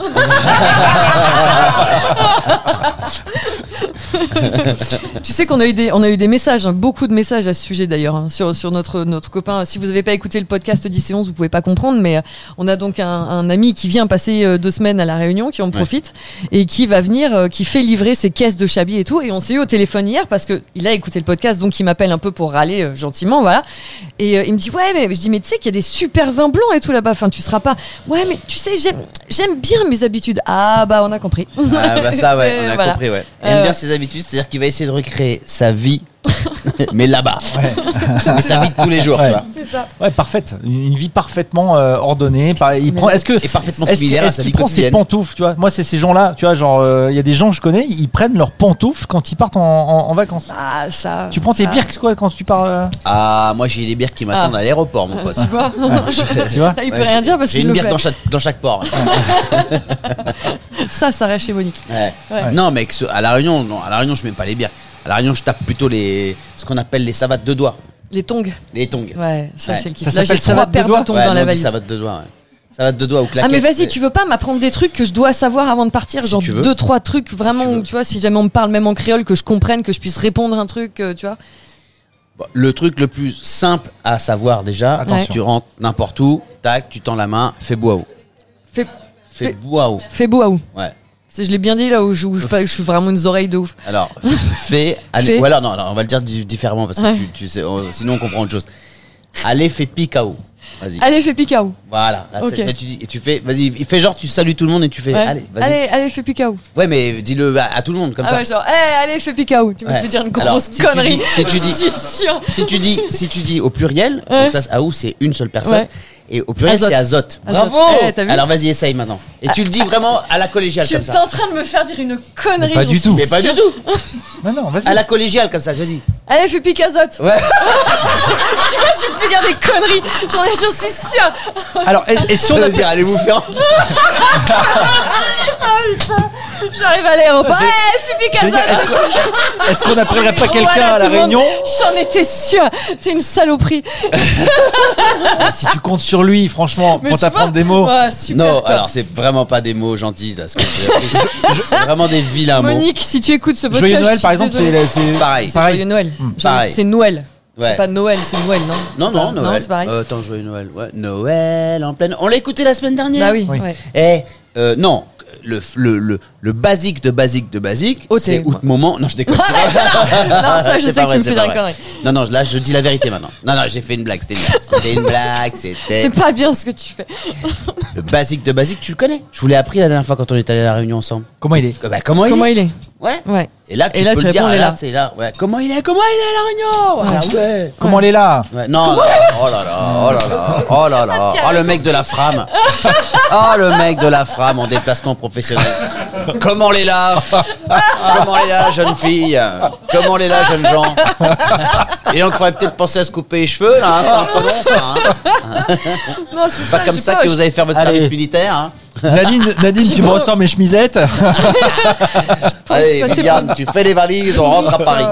[SPEAKER 4] Tu sais qu'on a eu des, on a eu des messages, hein, beaucoup de messages à ce sujet d'ailleurs, hein, sur, sur notre, notre copain. Si vous n'avez pas écouté le podcast 10 et 11, vous pouvez pas comprendre, mais euh, on a donc un, un ami qui vient passer euh, deux semaines à La Réunion, qui en profite, et qui va venir, euh, qui fait livrer ses caisses de chablis et tout. Et on s'est eu au téléphone hier parce que il a écouté le podcast, donc il m'appelle un peu pour râler euh, gentiment, voilà. Et euh, il me dit, ouais, mais je dis, mais tu sais qu'il y a des super vins blancs et tout là-bas, enfin tu seras pas. Ouais, mais tu sais, j'aime, j'aime bien mes habitudes. Ah bah on a compris.
[SPEAKER 2] Ah, bah ça, ouais,
[SPEAKER 4] Et
[SPEAKER 2] on a
[SPEAKER 4] voilà.
[SPEAKER 2] compris, ouais. Il
[SPEAKER 4] Euh,
[SPEAKER 2] aime bien ses habitudes, c'est-à-dire qu'il va essayer de recréer sa vie, mais là-bas. mais sa vie de tous les jours,
[SPEAKER 3] Ouais.
[SPEAKER 2] tu vois.
[SPEAKER 3] Ouais, parfaite. Une vie parfaitement euh, ordonnée. par- Il prend. Est-ce que
[SPEAKER 2] Et parfaitement
[SPEAKER 3] est-ce que-
[SPEAKER 2] similaire à
[SPEAKER 3] est-ce
[SPEAKER 2] sa
[SPEAKER 3] qu'il
[SPEAKER 2] vie
[SPEAKER 3] prend ses
[SPEAKER 2] quotidienne.
[SPEAKER 3] pantoufles Tu vois, moi c'est ces gens-là. Tu vois, genre euh, il y a des gens que je connais, ils prennent leurs pantoufles quand ils partent en, en- en vacances.
[SPEAKER 4] Ah ça.
[SPEAKER 3] Tu prends tes
[SPEAKER 4] ça.
[SPEAKER 3] birks quoi quand tu pars euh,
[SPEAKER 2] Ah, moi j'ai des bières qui m'attendent à l'aéroport, mon pote.
[SPEAKER 4] Ah. Tu vois
[SPEAKER 3] Tu vois
[SPEAKER 4] Il peut
[SPEAKER 2] Ouais,
[SPEAKER 4] rien
[SPEAKER 2] j'ai-
[SPEAKER 4] dire parce
[SPEAKER 2] J'ai
[SPEAKER 4] qu'il
[SPEAKER 2] une
[SPEAKER 4] le
[SPEAKER 2] bière
[SPEAKER 4] fait.
[SPEAKER 2] dans chaque, dans chaque port.
[SPEAKER 4] Ça, ça reste chez Monique.
[SPEAKER 2] Ouais. Non, mais que ce- à La Réunion, non, à La Réunion, je mets pas les bières. À La Réunion, je tape plutôt les, ce qu'on appelle les savates de doigts,
[SPEAKER 4] Les tongs.
[SPEAKER 2] les tongs.
[SPEAKER 4] Ouais, ça
[SPEAKER 2] Ouais.
[SPEAKER 4] c'est le kiff.
[SPEAKER 3] Ça
[SPEAKER 4] Là, j'ai
[SPEAKER 3] s'appelle
[SPEAKER 4] ça va
[SPEAKER 3] savate de
[SPEAKER 4] perdre
[SPEAKER 3] doigts
[SPEAKER 4] de tongs
[SPEAKER 2] Ouais,
[SPEAKER 4] dans
[SPEAKER 2] nous,
[SPEAKER 4] la
[SPEAKER 2] on dit
[SPEAKER 4] valise.
[SPEAKER 2] Savates de doigts, ouais. Savates de doigts ou
[SPEAKER 4] Ah
[SPEAKER 2] claquettes.
[SPEAKER 4] mais vas-y, tu veux pas m'apprendre des trucs que je dois savoir avant de partir,
[SPEAKER 2] Si
[SPEAKER 4] genre
[SPEAKER 2] tu veux.
[SPEAKER 4] deux trois trucs vraiment,
[SPEAKER 2] tu
[SPEAKER 4] où,
[SPEAKER 2] veux.
[SPEAKER 4] tu, vois, si jamais on me parle même en créole, que je comprenne, que je puisse répondre un truc, euh, tu vois.
[SPEAKER 2] Bon, Le truc le plus simple à savoir déjà,
[SPEAKER 3] Attention.
[SPEAKER 2] tu rentres n'importe où, tac, tu tends la main, fais boaou.
[SPEAKER 4] Fais,
[SPEAKER 2] Fais
[SPEAKER 4] Fais-
[SPEAKER 2] boaou.
[SPEAKER 4] fais beau à où
[SPEAKER 2] Ouais.
[SPEAKER 4] C'est- Je l'ai bien dit là où je, où je, pas- je suis vraiment une oreille de ouf.
[SPEAKER 2] Alors, fais. Allez,
[SPEAKER 4] Fais.
[SPEAKER 2] Ou alors, non, non, on va le dire di- différemment parce que
[SPEAKER 4] Ouais.
[SPEAKER 2] tu, tu sais, on- sinon on comprend autre chose. Allez, fais picao. Vas-y.
[SPEAKER 4] Allez, fais picaou.
[SPEAKER 2] Voilà. Là,
[SPEAKER 4] Ok.
[SPEAKER 2] c'est- là, tu dis, et tu fais, vas-y, fais genre, tu salues tout le monde et tu fais,
[SPEAKER 4] Ouais.
[SPEAKER 2] allez, vas-y.
[SPEAKER 4] allez, allez, fais picaou.
[SPEAKER 2] Ouais, mais dis-le à, à tout le monde comme
[SPEAKER 4] Ah
[SPEAKER 2] ça.
[SPEAKER 4] ouais, genre, hey, allez, fais picaou. Tu
[SPEAKER 2] Ouais.
[SPEAKER 4] me fais dire une
[SPEAKER 2] Alors,
[SPEAKER 4] grosse
[SPEAKER 2] si tu dis-
[SPEAKER 4] connerie.
[SPEAKER 2] si tu dis-
[SPEAKER 4] Je suis sûre.
[SPEAKER 2] Si tu dis, si tu dis au pluriel,
[SPEAKER 4] Ouais.
[SPEAKER 2] donc ça, c'est aou, c'est une seule personne.
[SPEAKER 4] Ouais.
[SPEAKER 2] Et au pluriel,
[SPEAKER 4] Azote.
[SPEAKER 2] c'est azote.
[SPEAKER 4] Azote. Eh, t'as vu
[SPEAKER 2] Alors vas-y, essaye maintenant. Et tu le dis vraiment à la collégiale
[SPEAKER 4] Tu
[SPEAKER 2] comme
[SPEAKER 4] es
[SPEAKER 2] ça.
[SPEAKER 4] en train de me faire dire une connerie.
[SPEAKER 3] pas
[SPEAKER 4] j'en
[SPEAKER 3] du
[SPEAKER 4] suis
[SPEAKER 3] tout.
[SPEAKER 2] Mais pas du
[SPEAKER 4] sûre.
[SPEAKER 2] tout.
[SPEAKER 3] Mais non, vas-y.
[SPEAKER 2] À la collégiale comme ça, vas-y.
[SPEAKER 4] Allez, fais picazote.
[SPEAKER 2] Ouais.
[SPEAKER 4] Tu vois, tu me fais dire des conneries. J'en ai, j'en suis sûre.
[SPEAKER 3] Alors, et, et si on
[SPEAKER 2] Ça veut
[SPEAKER 3] appelle-
[SPEAKER 2] dire, allez vous faire.
[SPEAKER 4] J'arrive à l'aéroport. Eh, je
[SPEAKER 3] Je
[SPEAKER 4] suis
[SPEAKER 3] veux
[SPEAKER 4] Picasso
[SPEAKER 3] dire, Est-ce qu'on- est-ce qu'on n'appellerait pas quelqu'un
[SPEAKER 4] Voilà,
[SPEAKER 3] à la
[SPEAKER 4] tout le monde.
[SPEAKER 3] réunion
[SPEAKER 4] J'en étais sûre. T'es une saloperie.
[SPEAKER 3] Si tu comptes sur lui, franchement,
[SPEAKER 4] Mais
[SPEAKER 3] pour
[SPEAKER 4] tu vois,
[SPEAKER 3] t'apprendre des mots.
[SPEAKER 4] ouais, super,
[SPEAKER 2] Non,
[SPEAKER 4] quoi.
[SPEAKER 2] alors c'est vraiment pas des mots gentils, ça. ce que je- je- C'est vraiment des vilains mots.
[SPEAKER 4] Monique, si tu écoutes ce podcast.
[SPEAKER 3] Joyeux
[SPEAKER 4] je
[SPEAKER 3] Noël,
[SPEAKER 4] suis
[SPEAKER 3] par exemple, c'est. Hmm.
[SPEAKER 4] désolée.
[SPEAKER 3] c'est-
[SPEAKER 2] Pareil.
[SPEAKER 4] C'est Joyeux Noël. Genre,
[SPEAKER 2] pareil.
[SPEAKER 4] C'est Noël.
[SPEAKER 2] Ouais.
[SPEAKER 4] C'est pas Noël, c'est Noël,
[SPEAKER 2] Non,
[SPEAKER 4] non
[SPEAKER 2] non,
[SPEAKER 4] Ah,
[SPEAKER 2] Noël.
[SPEAKER 4] c'est pareil.
[SPEAKER 2] Euh, attends, joyeux Noël. Ouais. Noël en pleine. On l'a écouté la semaine dernière.
[SPEAKER 4] bah oui.
[SPEAKER 3] Oui.
[SPEAKER 4] ouais.
[SPEAKER 2] Eh, euh, non, le, le, le, le basique de basique de basique,
[SPEAKER 4] Ôtez.
[SPEAKER 2] c'est août moment. Non, je déconne. non,
[SPEAKER 4] Non, ça, je sais que tu me fais
[SPEAKER 2] des
[SPEAKER 4] dire une connerie.
[SPEAKER 2] Non, non, là, je dis la vérité maintenant. Non, non, j'ai fait une blague, c'était une blague. C'était une blague, c'était.
[SPEAKER 4] C'est pas bien ce que tu fais.
[SPEAKER 2] Le basique de basique, tu le connais. Je vous l'ai appris la dernière fois quand on est allé à la réunion ensemble.
[SPEAKER 3] Comment il est
[SPEAKER 2] Euh, Bah, comment il
[SPEAKER 4] Comment
[SPEAKER 2] est
[SPEAKER 4] il est
[SPEAKER 2] Ouais.
[SPEAKER 4] Ouais.
[SPEAKER 2] Et là, tu
[SPEAKER 4] Et là,
[SPEAKER 2] peux
[SPEAKER 4] tu
[SPEAKER 2] le dire.
[SPEAKER 4] réponds,
[SPEAKER 2] ah,
[SPEAKER 4] il est
[SPEAKER 2] Là,
[SPEAKER 4] là.
[SPEAKER 2] c'est là. Ouais. Comment il est Comment il est à la réunion Voilà, ouais.
[SPEAKER 3] Comment elle est là
[SPEAKER 2] Ouais, non, non, oh là là, oh là là, oh là là, oh le mec de la frame, oh le mec de la frame en déplacement professionnel. Comment les là Comment les là, jeune fille Comment les là, jeunes gens Et donc, faudrait peut-être penser à se couper les cheveux, là, hein, c'est un peu long, ça. hein.
[SPEAKER 4] Non, c'est
[SPEAKER 2] Pas comme
[SPEAKER 4] je sais
[SPEAKER 2] ça
[SPEAKER 4] pas,
[SPEAKER 2] que
[SPEAKER 4] je-
[SPEAKER 2] vous allez faire votre
[SPEAKER 3] Allez.
[SPEAKER 2] service militaire. Hein.
[SPEAKER 3] Nadine, Nadine tu me ressors mes chemisettes
[SPEAKER 2] Allez,
[SPEAKER 4] passer
[SPEAKER 2] Viviane, tu fais les valises, on rentre à Paris.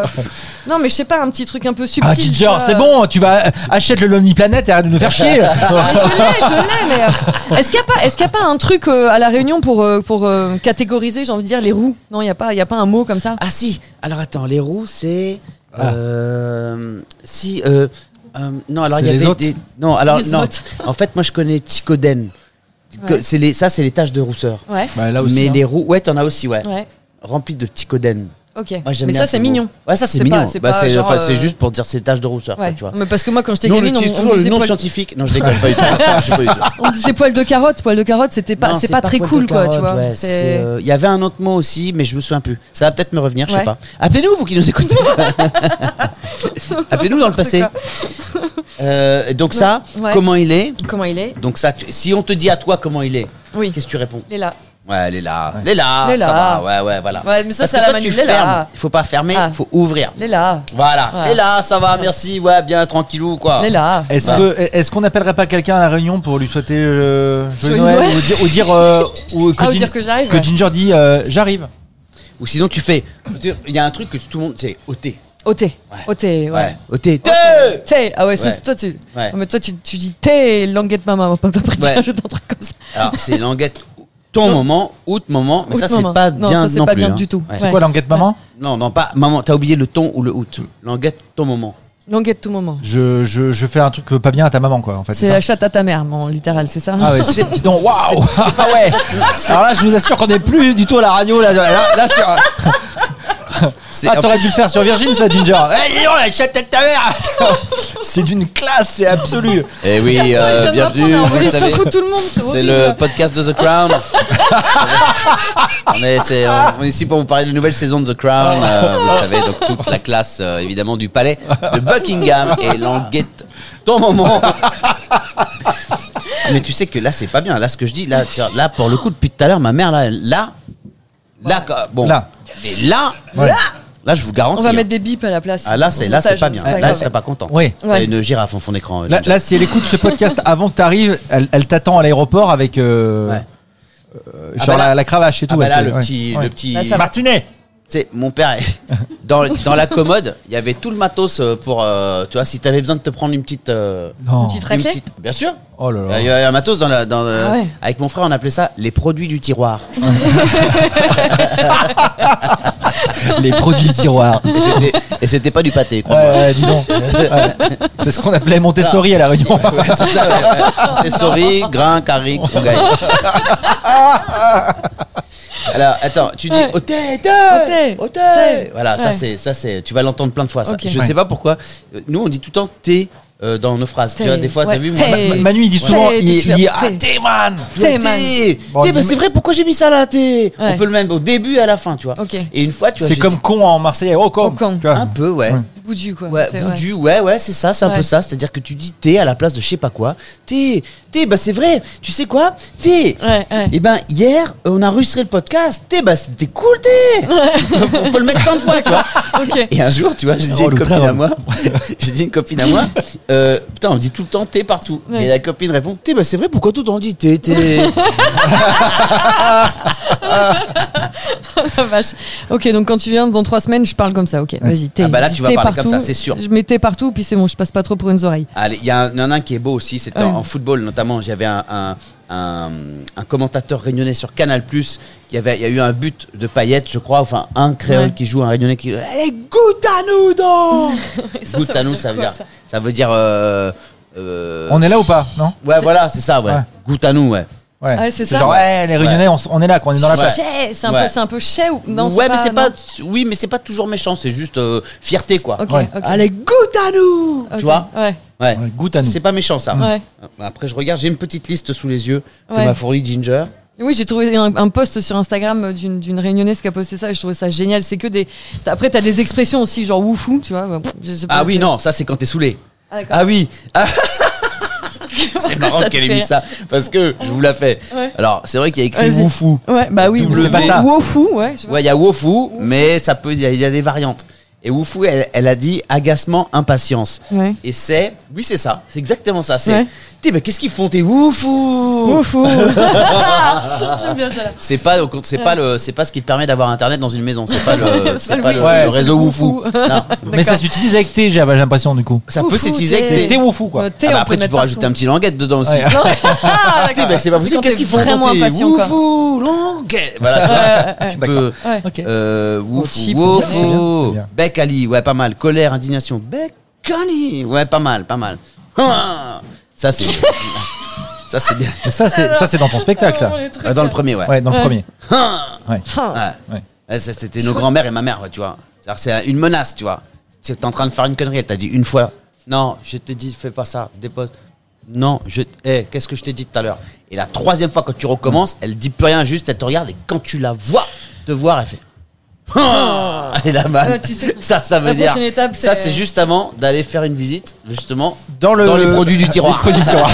[SPEAKER 4] Non, mais je sais pas, un petit truc un peu subtil.
[SPEAKER 3] Ah, Ginger,
[SPEAKER 4] tu vois.
[SPEAKER 3] c'est bon, tu vas euh, achète le Lonely Planet et arrête de nous faire chier.
[SPEAKER 4] Ah, Je l'ai, je l'ai, mais euh, est-ce qu'il n'y a pas, est-ce qu'il y a pas un truc euh, à la Réunion pour euh, pour euh, catégoriser, j'ai envie de dire les roues Non, il y a pas, il y a pas un mot comme ça.
[SPEAKER 2] Ah si, alors attends, les roues c'est euh, si euh, euh, non alors
[SPEAKER 3] C'est
[SPEAKER 2] il y
[SPEAKER 3] les
[SPEAKER 2] avait
[SPEAKER 3] autres
[SPEAKER 2] des non alors
[SPEAKER 4] Les
[SPEAKER 2] non
[SPEAKER 4] autres.
[SPEAKER 2] en fait moi je connais Ticoden. Que
[SPEAKER 4] Ouais.
[SPEAKER 2] C'est les ça c'est les taches de rousseur.
[SPEAKER 4] Ouais.
[SPEAKER 3] Bah, là
[SPEAKER 2] Mais
[SPEAKER 3] hein.
[SPEAKER 2] les roues ouais t'en as aussi ouais,
[SPEAKER 4] Ouais.
[SPEAKER 2] remplies de Ticoden.
[SPEAKER 4] Ok.
[SPEAKER 2] Moi, j'aime
[SPEAKER 4] mais
[SPEAKER 2] bien
[SPEAKER 4] ça
[SPEAKER 2] ce
[SPEAKER 4] c'est
[SPEAKER 2] mot.
[SPEAKER 4] mignon.
[SPEAKER 2] Ouais ça c'est
[SPEAKER 4] C'est
[SPEAKER 2] mignon.
[SPEAKER 4] pas- c'est
[SPEAKER 2] Bah,
[SPEAKER 4] pas
[SPEAKER 2] c'est
[SPEAKER 4] genre,
[SPEAKER 2] enfin, c'est
[SPEAKER 4] euh,
[SPEAKER 2] juste pour dire c'est taches de rousseur quoi,
[SPEAKER 4] Ouais.
[SPEAKER 2] tu vois.
[SPEAKER 4] Mais parce que moi quand j'étais
[SPEAKER 2] Nous, on
[SPEAKER 4] gamine, on,
[SPEAKER 2] utilise
[SPEAKER 4] on
[SPEAKER 2] toujours le
[SPEAKER 4] disait
[SPEAKER 2] nom
[SPEAKER 4] poil,
[SPEAKER 2] scientifique. Non, je déconne pas du tout. Ça, je suis pas du tout.
[SPEAKER 4] on disait poil de carotte, poil de carotte, c'était pas,
[SPEAKER 2] Non,
[SPEAKER 4] c'est pas, très
[SPEAKER 2] poil de
[SPEAKER 4] cool quoi, tu
[SPEAKER 2] carotte,
[SPEAKER 4] vois.
[SPEAKER 2] ouais,
[SPEAKER 4] C'est-
[SPEAKER 2] c'est, euh, Il y avait un autre mot aussi, mais je me souviens plus. Ça va peut-être me revenir, je
[SPEAKER 4] Ouais.
[SPEAKER 2] sais pas. Appelez-nous, vous qui nous écoutez. Appelez-nous dans le passé. Euh, donc ça,
[SPEAKER 4] Ouais.
[SPEAKER 2] comment il est
[SPEAKER 4] Comment il est
[SPEAKER 2] Donc ça, tu- si on te dit à toi comment il est,
[SPEAKER 4] Oui.
[SPEAKER 2] qu'est-ce que tu réponds
[SPEAKER 4] Il est là.
[SPEAKER 2] Ouais, elle est là. Elle est là.
[SPEAKER 4] Elle est
[SPEAKER 2] Ça
[SPEAKER 4] là.
[SPEAKER 2] va. Ouais, ouais, voilà.
[SPEAKER 4] Ouais, mais ça,
[SPEAKER 2] Parce
[SPEAKER 4] c'est
[SPEAKER 2] que
[SPEAKER 4] à la
[SPEAKER 2] toi, tu
[SPEAKER 4] Manu, elle est là.
[SPEAKER 2] fermes. Il faut pas fermer, il
[SPEAKER 4] Ah.
[SPEAKER 2] faut ouvrir.
[SPEAKER 4] Il est là.
[SPEAKER 2] Voilà.
[SPEAKER 4] Ouais.
[SPEAKER 2] Elle est là, ça va, merci. Ouais, bien tranquillou quoi.
[SPEAKER 4] Il est là.
[SPEAKER 3] Est-ce
[SPEAKER 2] Bah.
[SPEAKER 3] que est-ce qu'on n'appellerait pas quelqu'un à la réunion pour lui souhaiter euh, joyeux,
[SPEAKER 4] Joyeux
[SPEAKER 3] Noël,
[SPEAKER 4] Noël.
[SPEAKER 3] ou dire ou dire, euh, ou que,
[SPEAKER 4] Ah, ou
[SPEAKER 3] Gin-
[SPEAKER 4] dire que j'arrive, ouais.
[SPEAKER 3] Ginger dit euh, j'arrive.
[SPEAKER 2] Ou sinon tu fais. Il y a un truc que tout le monde, c'est ôter.
[SPEAKER 4] Ôté. Ôté. Ouais.
[SPEAKER 2] Ouais. Ôter.
[SPEAKER 4] T'es, ah ouais, ça,
[SPEAKER 2] Ouais.
[SPEAKER 4] c'est toi tu.
[SPEAKER 2] Ouais.
[SPEAKER 4] Mais toi tu, tu dis t'es languette maman, pas que t'as
[SPEAKER 2] Ouais.
[SPEAKER 4] un jeu d'un truc comme ça.
[SPEAKER 2] Alors, c'est languette. Ton moment, août moment, mais ça
[SPEAKER 4] Août
[SPEAKER 2] c'est
[SPEAKER 4] moment.
[SPEAKER 2] pas
[SPEAKER 4] Non,
[SPEAKER 2] bien
[SPEAKER 4] ça, c'est
[SPEAKER 2] non
[SPEAKER 4] pas
[SPEAKER 2] plus,
[SPEAKER 4] bien
[SPEAKER 2] hein.
[SPEAKER 4] du tout.
[SPEAKER 2] Ouais.
[SPEAKER 4] Ouais.
[SPEAKER 3] Quoi l'enquête maman
[SPEAKER 2] Non, non, pas maman. T'as oublié le ton ou le août. Languette, ton moment.
[SPEAKER 4] Languette tout moment.
[SPEAKER 3] je, je, je fais un truc pas bien à ta maman quoi en fait.
[SPEAKER 4] C'est
[SPEAKER 3] ça
[SPEAKER 4] la chatte à ta mère, mon littéral, c'est ça hein
[SPEAKER 3] Ah ouais, c'est dis donc, waouh Ah ouais Alors là, je vous assure qu'on n'est plus du tout à la radio, là, là, là, sur...
[SPEAKER 2] C'est- bah,
[SPEAKER 3] Ah,
[SPEAKER 2] en
[SPEAKER 3] t'aurais
[SPEAKER 2] plus-
[SPEAKER 3] dû le faire sur Virgin, ça, Ginger Eh, dis donc, la chatte de ta mère C'est d'une classe, c'est absolu
[SPEAKER 2] Eh
[SPEAKER 4] Ah,
[SPEAKER 2] oui, euh,
[SPEAKER 4] Viens de
[SPEAKER 2] bienvenue.
[SPEAKER 4] m'apprendre à
[SPEAKER 2] Vous
[SPEAKER 4] envoyer
[SPEAKER 2] le
[SPEAKER 4] ça
[SPEAKER 2] savez,
[SPEAKER 4] fout tout le monde, c'est
[SPEAKER 2] c'est
[SPEAKER 4] horrible.
[SPEAKER 3] bah.
[SPEAKER 2] le podcast de The Crown. on, est, c'est- on est ici pour vous parler de la nouvelle saison de The Crown. euh, vous le savez, donc toute la classe euh, évidemment du palais de Buckingham et languette, ton moment. Ah, Mais tu sais que là, c'est pas bien. Là, ce que je dis, là, tiens, là pour le coup, depuis tout à l'heure, ma mère, là, elle- là, là, quoi, bon,
[SPEAKER 3] Là.
[SPEAKER 2] mais là,
[SPEAKER 3] Ouais.
[SPEAKER 2] là, là, je vous garantis. hein.
[SPEAKER 4] On va mettre des bips à la place.
[SPEAKER 2] Ah, là, c'est, là, c'est
[SPEAKER 4] Montage,
[SPEAKER 2] pas bien.
[SPEAKER 4] c'est
[SPEAKER 2] là, elle
[SPEAKER 4] grave.
[SPEAKER 2] serait pas content.
[SPEAKER 3] Oui.
[SPEAKER 2] Il y a
[SPEAKER 4] Ouais.
[SPEAKER 2] une girafe en fond d'écran. euh,
[SPEAKER 3] là,
[SPEAKER 2] Ginger.
[SPEAKER 3] là, si elle écoute ce podcast avant que t'arrives, elle, elle t'attend à l'aéroport avec... euh,
[SPEAKER 2] Ouais.
[SPEAKER 3] euh,
[SPEAKER 2] Ah
[SPEAKER 3] genre
[SPEAKER 2] bah là-
[SPEAKER 3] la, la cravache et tout.
[SPEAKER 2] Ah bah
[SPEAKER 3] elle
[SPEAKER 2] là,
[SPEAKER 3] te-
[SPEAKER 2] le
[SPEAKER 3] ouais,
[SPEAKER 2] petit,
[SPEAKER 3] ouais.
[SPEAKER 2] le petit,
[SPEAKER 4] Là, ça va.
[SPEAKER 3] Martinet
[SPEAKER 2] Tu sais, mon père, dans, dans la commode, il y avait tout le matos euh, pour. euh, tu vois, si t'avais besoin de te prendre une petite. euh,
[SPEAKER 3] Non.
[SPEAKER 4] petite raclée
[SPEAKER 2] Bien sûr
[SPEAKER 3] Oh là
[SPEAKER 2] Il
[SPEAKER 3] là.
[SPEAKER 2] y avait un matos dans la. Dans, le-
[SPEAKER 4] Ah ouais.
[SPEAKER 2] Avec mon frère, on appelait ça les produits du tiroir.
[SPEAKER 3] Les produits du tiroir.
[SPEAKER 2] Et c'était- Et c'était pas du pâté,
[SPEAKER 3] Ah, Ouais,
[SPEAKER 2] quoi.
[SPEAKER 3] ouais, dis donc. Ouais. C'est ce qu'on appelait Montessori à la réunion.
[SPEAKER 2] C'est ça, ouais, ouais. Montessori, grain, carré, rougail. Alors, attends, tu dis
[SPEAKER 4] Ouais.
[SPEAKER 2] au thé, thé,
[SPEAKER 4] thé,
[SPEAKER 2] au thé.
[SPEAKER 4] thé.
[SPEAKER 2] Voilà, ça
[SPEAKER 4] Ouais.
[SPEAKER 2] c'est, ça c'est, tu vas l'entendre plein de fois. Ça.
[SPEAKER 4] Ok.
[SPEAKER 2] Je
[SPEAKER 3] Ouais.
[SPEAKER 2] sais pas pourquoi. Euh, Nous, on dit tout le temps thé euh, dans nos phrases.
[SPEAKER 4] Thé,
[SPEAKER 2] Tu vois, des fois, t'as
[SPEAKER 4] ouais,
[SPEAKER 2] vu,
[SPEAKER 4] thé.
[SPEAKER 2] ma- ma-
[SPEAKER 3] Ma- Manu, il dit souvent,
[SPEAKER 4] Ouais.
[SPEAKER 3] il, il dit,
[SPEAKER 4] Thé.
[SPEAKER 3] ah, t'es man
[SPEAKER 4] T'es
[SPEAKER 2] Thé,
[SPEAKER 4] man.
[SPEAKER 2] thé,
[SPEAKER 3] Bon,
[SPEAKER 2] thé, bah,
[SPEAKER 3] mais-
[SPEAKER 2] c'est vrai, pourquoi j'ai mis ça là, thé
[SPEAKER 4] Ouais.
[SPEAKER 2] On peut le mettre au début et à la fin, tu vois.
[SPEAKER 4] Ok.
[SPEAKER 2] Et une fois, tu vois,
[SPEAKER 3] C'est
[SPEAKER 2] j'ai
[SPEAKER 3] comme
[SPEAKER 2] dit,
[SPEAKER 3] con en marseillais. Oh, con.
[SPEAKER 4] Oh, con.
[SPEAKER 3] Tu vois.
[SPEAKER 2] un peu, ouais.
[SPEAKER 3] Ouais.
[SPEAKER 4] Boudu quoi.
[SPEAKER 2] Ouais,
[SPEAKER 4] c'est-
[SPEAKER 2] boudu, ouais, ouais, c'est ça, c'est un
[SPEAKER 4] Ouais.
[SPEAKER 2] peu ça. C'est-à-dire que tu dis thé à la place de je sais pas quoi. Thé, thé, bah c'est vrai, tu sais quoi Thé
[SPEAKER 4] Ouais, ouais.
[SPEAKER 2] Et ben hier, euh, on a enregistré le podcast, thé, bah c'était cool, thé On peut le mettre plein de fois, tu vois.
[SPEAKER 4] Ok.
[SPEAKER 2] Et un jour, tu vois, j'ai dit
[SPEAKER 3] Oh,
[SPEAKER 2] à une
[SPEAKER 3] le
[SPEAKER 2] copine
[SPEAKER 3] train.
[SPEAKER 2] à moi, j'ai dit à une copine à moi, euh, putain, on dit tout le temps thé partout.
[SPEAKER 4] Ouais.
[SPEAKER 2] Et la copine répond, thé, bah c'est vrai, pourquoi tout le temps on dit thé, thé
[SPEAKER 4] La vache. Ok, donc quand tu viens dans trois semaines, je parle comme ça. Ok, vas-y. t'es-
[SPEAKER 2] Ah bah là, tu vas
[SPEAKER 4] t'es
[SPEAKER 2] parler comme
[SPEAKER 4] partout.
[SPEAKER 2] ça, c'est sûr.
[SPEAKER 4] Je m'étais partout, puis c'est bon, je passe pas trop pour une oreille.
[SPEAKER 2] Allez, il y, a un- il y en a un qui est beau aussi, c'est en,
[SPEAKER 4] Ouais.
[SPEAKER 2] en football notamment. J'avais un, un, un- un commentateur réunionnais sur Canal Plus qui avait, il y a eu un but de paillette, je crois, enfin un créole
[SPEAKER 4] Ouais.
[SPEAKER 2] qui joue, un réunionnais qui. Allez, goûte à nous donc Goûte à nous, ça veut dire. Ça veut dire. euh, euh,
[SPEAKER 3] On est là ou pas Non
[SPEAKER 2] Ouais, voilà, c'est ça, ouais.
[SPEAKER 3] Ouais.
[SPEAKER 2] Goûte à nous, ouais.
[SPEAKER 3] Ouais.
[SPEAKER 4] Ouais, c'est ça.
[SPEAKER 3] genre, ouais, les Réunionnais, on, s- on est là, quoi, on est dans la
[SPEAKER 2] Ouais.
[SPEAKER 3] place.
[SPEAKER 4] Chais, c'est un
[SPEAKER 2] Ouais.
[SPEAKER 4] peu, c'est un peu chais ou non
[SPEAKER 2] ouais, mais c'est pas.
[SPEAKER 4] non.
[SPEAKER 2] Oui, mais c'est pas toujours méchant, c'est juste euh, fierté, quoi.
[SPEAKER 4] Ok,
[SPEAKER 3] Ouais.
[SPEAKER 4] ok,
[SPEAKER 2] Allez, goûte à nous
[SPEAKER 4] ok,
[SPEAKER 2] Tu vois
[SPEAKER 4] Ouais,
[SPEAKER 2] Ouais.
[SPEAKER 3] Ouais, goûte à nous.
[SPEAKER 2] C'est pas méchant, ça. Euh,
[SPEAKER 4] ouais.
[SPEAKER 2] Après, je regarde, j'ai une petite liste sous les yeux que
[SPEAKER 4] Ouais.
[SPEAKER 2] m'a fourni Ginger.
[SPEAKER 4] Oui, j'ai trouvé un, un post sur Instagram d'une d'une réunionnaise qui a posté ça. et Je trouvais ça génial. C'est que des. t'as- Après, t'as des expressions aussi, genre woufou, tu vois. je sais pas,
[SPEAKER 2] Ah oui,
[SPEAKER 4] c'est-
[SPEAKER 2] non, ça c'est quand t'es saoulé.
[SPEAKER 4] Ah, d'accord.
[SPEAKER 2] Ah oui, Ah, c'est marrant
[SPEAKER 4] Ça te
[SPEAKER 2] qu'elle ait
[SPEAKER 4] fait
[SPEAKER 2] mis
[SPEAKER 4] rire.
[SPEAKER 2] ça parce que je vous la fais.
[SPEAKER 4] Ouais.
[SPEAKER 2] Alors c'est vrai qu'il y a écrit
[SPEAKER 4] Vas-y.
[SPEAKER 2] woufou.
[SPEAKER 4] Ouais, bah oui,
[SPEAKER 3] Double
[SPEAKER 4] mais c'est
[SPEAKER 3] pas
[SPEAKER 4] wo-
[SPEAKER 3] ça.
[SPEAKER 4] Woufou, ouais. je sais pas.
[SPEAKER 2] Ouais, il y a woufou, mais ça peut, il y, a- il y a des variantes. Et woufou, elle, elle a dit agacement, impatience.
[SPEAKER 4] Ouais.
[SPEAKER 2] Et c'est, oui c'est ça, c'est exactement ça. C'est,
[SPEAKER 4] Ouais.
[SPEAKER 2] t'es mais qu'est-ce qu'ils font tes woufou
[SPEAKER 4] Woufou. J'aime bien ça. là.
[SPEAKER 2] C'est pas, au compte- c'est pas le, c'est pas ce qui te permet d'avoir internet dans une maison. C'est pas le, c'est
[SPEAKER 4] le
[SPEAKER 2] pas le,
[SPEAKER 3] wifi,
[SPEAKER 2] le
[SPEAKER 3] c'est le
[SPEAKER 2] réseau woufou.
[SPEAKER 4] woufou.
[SPEAKER 2] Non.
[SPEAKER 3] Mais ça s'utilise avec T, j'ai j'ai l'impression, du coup.
[SPEAKER 2] Ça peut
[SPEAKER 4] Woufou,
[SPEAKER 2] s'utiliser.
[SPEAKER 4] t'es-
[SPEAKER 2] avec des-
[SPEAKER 3] C'est T woufou, quoi.
[SPEAKER 4] Euh,
[SPEAKER 2] Ah
[SPEAKER 4] thé,
[SPEAKER 2] bah
[SPEAKER 4] on
[SPEAKER 2] après
[SPEAKER 4] peut
[SPEAKER 2] tu
[SPEAKER 4] mettre
[SPEAKER 2] peux rajouter
[SPEAKER 4] partout.
[SPEAKER 2] un petit languette dedans aussi.
[SPEAKER 3] Ouais.
[SPEAKER 4] Non, ah, d'accord.
[SPEAKER 2] Ah, bah, c'est pas
[SPEAKER 4] Ça,
[SPEAKER 2] possible.
[SPEAKER 4] quand
[SPEAKER 2] Qu'est-ce
[SPEAKER 4] t'es
[SPEAKER 2] qu'ils font
[SPEAKER 4] Vraiment
[SPEAKER 2] quand t'es
[SPEAKER 4] impatient, quoi.
[SPEAKER 2] woufou, longue- Voilà, tu vois, tu peux.
[SPEAKER 4] Ouais.
[SPEAKER 3] Ok.
[SPEAKER 2] Euh, woufou,
[SPEAKER 4] chip,
[SPEAKER 2] woufou.
[SPEAKER 3] c'est bien, c'est bien.
[SPEAKER 2] Bec Ali, ouais, pas mal. Colère, indignation. Bec Ali, ouais, pas mal, pas mal. Ah, Ça, c'est. ça, c'est bien.
[SPEAKER 3] Mais ça, c'est ça, c'est dans ton spectacle, ça.
[SPEAKER 4] Les trucs,
[SPEAKER 2] Ouais, Dans le premier, ouais.
[SPEAKER 3] Ouais, dans le premier.
[SPEAKER 2] Ah,
[SPEAKER 3] Ouais.
[SPEAKER 4] Ah,
[SPEAKER 2] ouais.
[SPEAKER 3] Ouais.
[SPEAKER 2] Ouais, ça, C'était nos grands-mères et ma mère, ouais, tu vois. C'est-à-dire, C'est une menace, tu vois. Tu es en train de faire une connerie, elle t'a dit une fois. Non, je t'ai dit, fais pas ça, dépose. Non, je. eh, qu'est-ce que je t'ai dit tout à l'heure Et la troisième fois que tu recommences, elle dit plus rien, juste elle te regarde et quand tu la vois te voir, elle fait. Ah Et la manne.
[SPEAKER 4] Ouais, tu sais.
[SPEAKER 2] ça, ça veut
[SPEAKER 4] La
[SPEAKER 2] dire.
[SPEAKER 4] prochaine étape,
[SPEAKER 2] ça,
[SPEAKER 4] c'est-
[SPEAKER 2] c'est juste avant d'aller faire une visite, justement,
[SPEAKER 3] Dans le-
[SPEAKER 2] les produits du
[SPEAKER 3] les
[SPEAKER 2] tiroir.
[SPEAKER 3] produits du tiroir.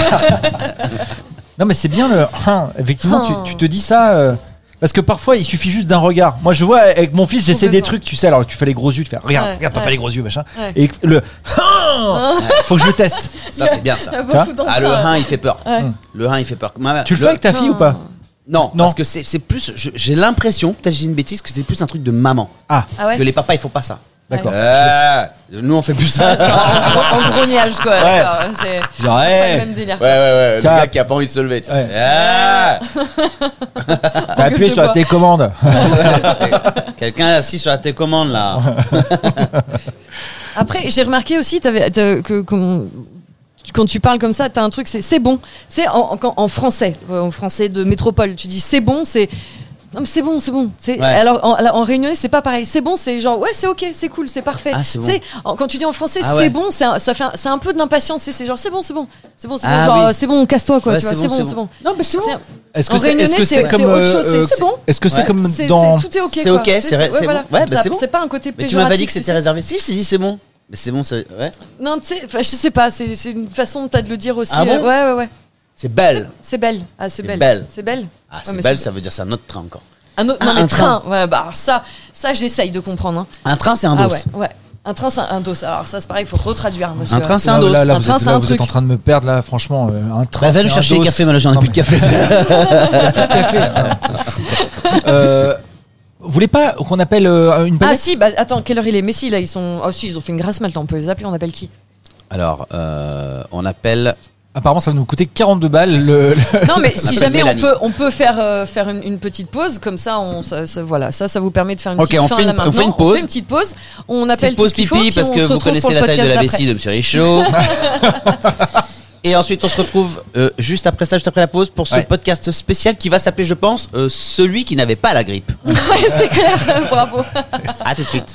[SPEAKER 3] Non, mais c'est bien le. Hein, effectivement, tu, tu te dis ça. euh, parce que parfois, il suffit juste d'un regard. Moi, je vois avec mon fils, j'essaie des
[SPEAKER 4] Complètement.
[SPEAKER 3] trucs, tu sais. Alors, tu fais les gros yeux, tu fais regarde,
[SPEAKER 4] Ouais,
[SPEAKER 3] regarde, papa,
[SPEAKER 4] ouais.
[SPEAKER 3] les gros yeux, machin.
[SPEAKER 4] Ouais.
[SPEAKER 3] Et le. Hein, faut que je le teste.
[SPEAKER 2] Ça, c'est bien, ça.
[SPEAKER 4] Il y a
[SPEAKER 3] Ça
[SPEAKER 4] beaucoup d'enfants,
[SPEAKER 2] Ah, le
[SPEAKER 4] ouais.
[SPEAKER 2] 1, il fait peur.
[SPEAKER 4] Ouais.
[SPEAKER 2] Le 1, il fait peur. Ma-
[SPEAKER 3] Tu le fais avec ta fille ou pas
[SPEAKER 2] Non,
[SPEAKER 3] Non.
[SPEAKER 2] parce que c'est c'est plus. je- J'ai l'impression, peut-être que j'ai une bêtise, que c'est plus un truc de maman.
[SPEAKER 3] Ah,
[SPEAKER 4] Ah ouais
[SPEAKER 2] Que les papas, ils font pas ça.
[SPEAKER 3] d'accord.
[SPEAKER 2] Euh, nous, on fait plus ça.
[SPEAKER 4] En gros- en grognage, quoi.
[SPEAKER 2] Ouais.
[SPEAKER 4] d'accord, c'est-
[SPEAKER 2] Genre,
[SPEAKER 4] le
[SPEAKER 2] hey.
[SPEAKER 4] même délire,
[SPEAKER 2] Ouais, ouais, ouais. Le
[SPEAKER 3] Cap.
[SPEAKER 2] gars qui a pas envie de se lever. Tu vois.
[SPEAKER 3] Ouais.
[SPEAKER 2] Ah.
[SPEAKER 3] T'as appuyé
[SPEAKER 4] Ah, je
[SPEAKER 3] sur la
[SPEAKER 4] vois.
[SPEAKER 3] télécommande.
[SPEAKER 2] C'est- Quelqu'un est assis sur la télécommande, là.
[SPEAKER 4] Après, j'ai remarqué aussi t'avais- t'as- que qu'on- quand tu parles comme ça, t'as un truc, c'est c'est bon. C'est en, en- quand- en français, euh, en français de métropole. Tu dis c'est bon, c'est non, mais c'est bon, c'est bon. C'est-
[SPEAKER 2] Ouais.
[SPEAKER 4] Alors en, alors, en réunionnais, c'est pas pareil. C'est bon, c'est genre ouais, c'est ok, c'est cool, c'est parfait.
[SPEAKER 2] Ah, c'est bon.
[SPEAKER 4] C'est- en- quand tu dis en français,
[SPEAKER 2] Ah
[SPEAKER 4] c'est
[SPEAKER 2] ouais.
[SPEAKER 4] bon, c'est un, ça fait un- c'est un peu de l'impatience. C'est- C'est genre c'est bon, c'est bon, c'est bon, c'est
[SPEAKER 2] Ah
[SPEAKER 4] bon. Genre
[SPEAKER 2] oui.
[SPEAKER 4] euh, c'est bon, casse-toi quoi.
[SPEAKER 2] Ouais,
[SPEAKER 4] tu vois, c'est bon, c'est bon.
[SPEAKER 2] Non, mais c'est bon.
[SPEAKER 3] Est-ce
[SPEAKER 4] En
[SPEAKER 3] que c'est est -ce
[SPEAKER 4] réunionnais,
[SPEAKER 3] c'est
[SPEAKER 4] c'est-
[SPEAKER 3] comme.
[SPEAKER 4] c'est autre
[SPEAKER 3] euh,
[SPEAKER 4] chose, c'est-
[SPEAKER 3] euh,
[SPEAKER 4] c'est bon.
[SPEAKER 3] Est-ce que c'est
[SPEAKER 2] Ouais.
[SPEAKER 3] comme
[SPEAKER 4] C'est-
[SPEAKER 3] dans.
[SPEAKER 4] c'est- tout est ok.
[SPEAKER 2] C'est
[SPEAKER 4] quoi.
[SPEAKER 2] ok, c'est vrai, c'est
[SPEAKER 4] voilà.
[SPEAKER 2] bon. Ouais, bah,
[SPEAKER 4] Ça-
[SPEAKER 2] c'est bon.
[SPEAKER 4] pas un côté
[SPEAKER 2] Mais tu
[SPEAKER 4] péjoratif.
[SPEAKER 2] m'as pas dit que
[SPEAKER 4] tu
[SPEAKER 2] c'était
[SPEAKER 4] sais.
[SPEAKER 2] réservé. Si, je t'ai dit, c'est bon. Mais c'est bon, c'est. Ouais.
[SPEAKER 4] Non, tu sais, enfin, je sais pas, c'est c'est une façon peut-être de le dire aussi.
[SPEAKER 2] Ah bon
[SPEAKER 4] euh, ouais, ouais, ouais.
[SPEAKER 2] C'est belle.
[SPEAKER 4] C'est belle. Ah, c'est
[SPEAKER 2] C'est
[SPEAKER 4] belle.
[SPEAKER 2] belle.
[SPEAKER 4] C'est belle.
[SPEAKER 2] Ah,
[SPEAKER 4] Ouais,
[SPEAKER 2] c'est
[SPEAKER 4] mais
[SPEAKER 2] belle, ça veut dire c'est un autre train encore.
[SPEAKER 4] Un autre,
[SPEAKER 2] Ah,
[SPEAKER 4] non, mais
[SPEAKER 2] un
[SPEAKER 4] train. Ouais, bah, alors ça, ça j'essaye de comprendre. hein.
[SPEAKER 2] Un train, c'est un Bah,
[SPEAKER 4] Ah
[SPEAKER 2] dos.
[SPEAKER 4] ouais, ouais. Un train, c'est un dos. Alors ça, c'est pareil, il faut retraduire. parce
[SPEAKER 2] Un
[SPEAKER 4] que-
[SPEAKER 2] train, c'est
[SPEAKER 3] Là,
[SPEAKER 2] un dos.
[SPEAKER 3] là, là,
[SPEAKER 4] Un
[SPEAKER 3] vous,
[SPEAKER 4] train,
[SPEAKER 3] êtes,
[SPEAKER 4] c'est
[SPEAKER 3] là,
[SPEAKER 4] un
[SPEAKER 3] vous
[SPEAKER 4] truc.
[SPEAKER 3] êtes en train de me perdre là, franchement. euh, un train.
[SPEAKER 2] Bah, va
[SPEAKER 3] c'est
[SPEAKER 2] nous
[SPEAKER 3] un
[SPEAKER 2] chercher
[SPEAKER 3] dos.
[SPEAKER 2] café, maintenant j'en ai
[SPEAKER 3] Non,
[SPEAKER 2] plus de
[SPEAKER 3] mais-
[SPEAKER 2] café.
[SPEAKER 3] Tout à fait. hein, c'est fou. Euh, Vous voulez pas qu'on appelle euh, une
[SPEAKER 4] Ah
[SPEAKER 3] palette
[SPEAKER 4] si, bah attends, quelle heure il est Mais si, là, ils sont. Ah si, ils ont fait une grasse maintenant. On peut les appeler, on appelle qui
[SPEAKER 2] Alors, euh, on appelle.
[SPEAKER 3] Apparemment, ça va nous coûter 42 balles. Le, le-
[SPEAKER 4] Non, mais
[SPEAKER 2] On
[SPEAKER 4] si
[SPEAKER 2] appelle
[SPEAKER 4] jamais on
[SPEAKER 2] Mélanie.
[SPEAKER 4] peut, on peut faire, euh, faire une, une petite pause, comme ça, on, ça, ça- voilà, ça, ça vous permet de faire une
[SPEAKER 2] Ok,
[SPEAKER 4] petite
[SPEAKER 2] on
[SPEAKER 4] fin
[SPEAKER 2] fait une-
[SPEAKER 4] là
[SPEAKER 2] on
[SPEAKER 4] maintenant.
[SPEAKER 2] fait une pause.
[SPEAKER 4] une petite pause. On appelle
[SPEAKER 2] Petite pause
[SPEAKER 4] tout ce qu'il faut,
[SPEAKER 2] pipi
[SPEAKER 4] puis
[SPEAKER 2] parce
[SPEAKER 4] on
[SPEAKER 2] que
[SPEAKER 4] se
[SPEAKER 2] vous
[SPEAKER 4] retrouve
[SPEAKER 2] connaissez
[SPEAKER 4] pour le
[SPEAKER 2] la taille de la
[SPEAKER 4] podcast d'après.
[SPEAKER 2] vessie de Monsieur Richaud. Et ensuite, on se retrouve euh, juste après ça, juste après la pause, pour ce
[SPEAKER 3] Ouais.
[SPEAKER 2] podcast spécial qui va s'appeler, je pense, euh, Celui qui n'avait pas la grippe.
[SPEAKER 4] Ouais, c'est clair, bravo.
[SPEAKER 2] à tout de suite.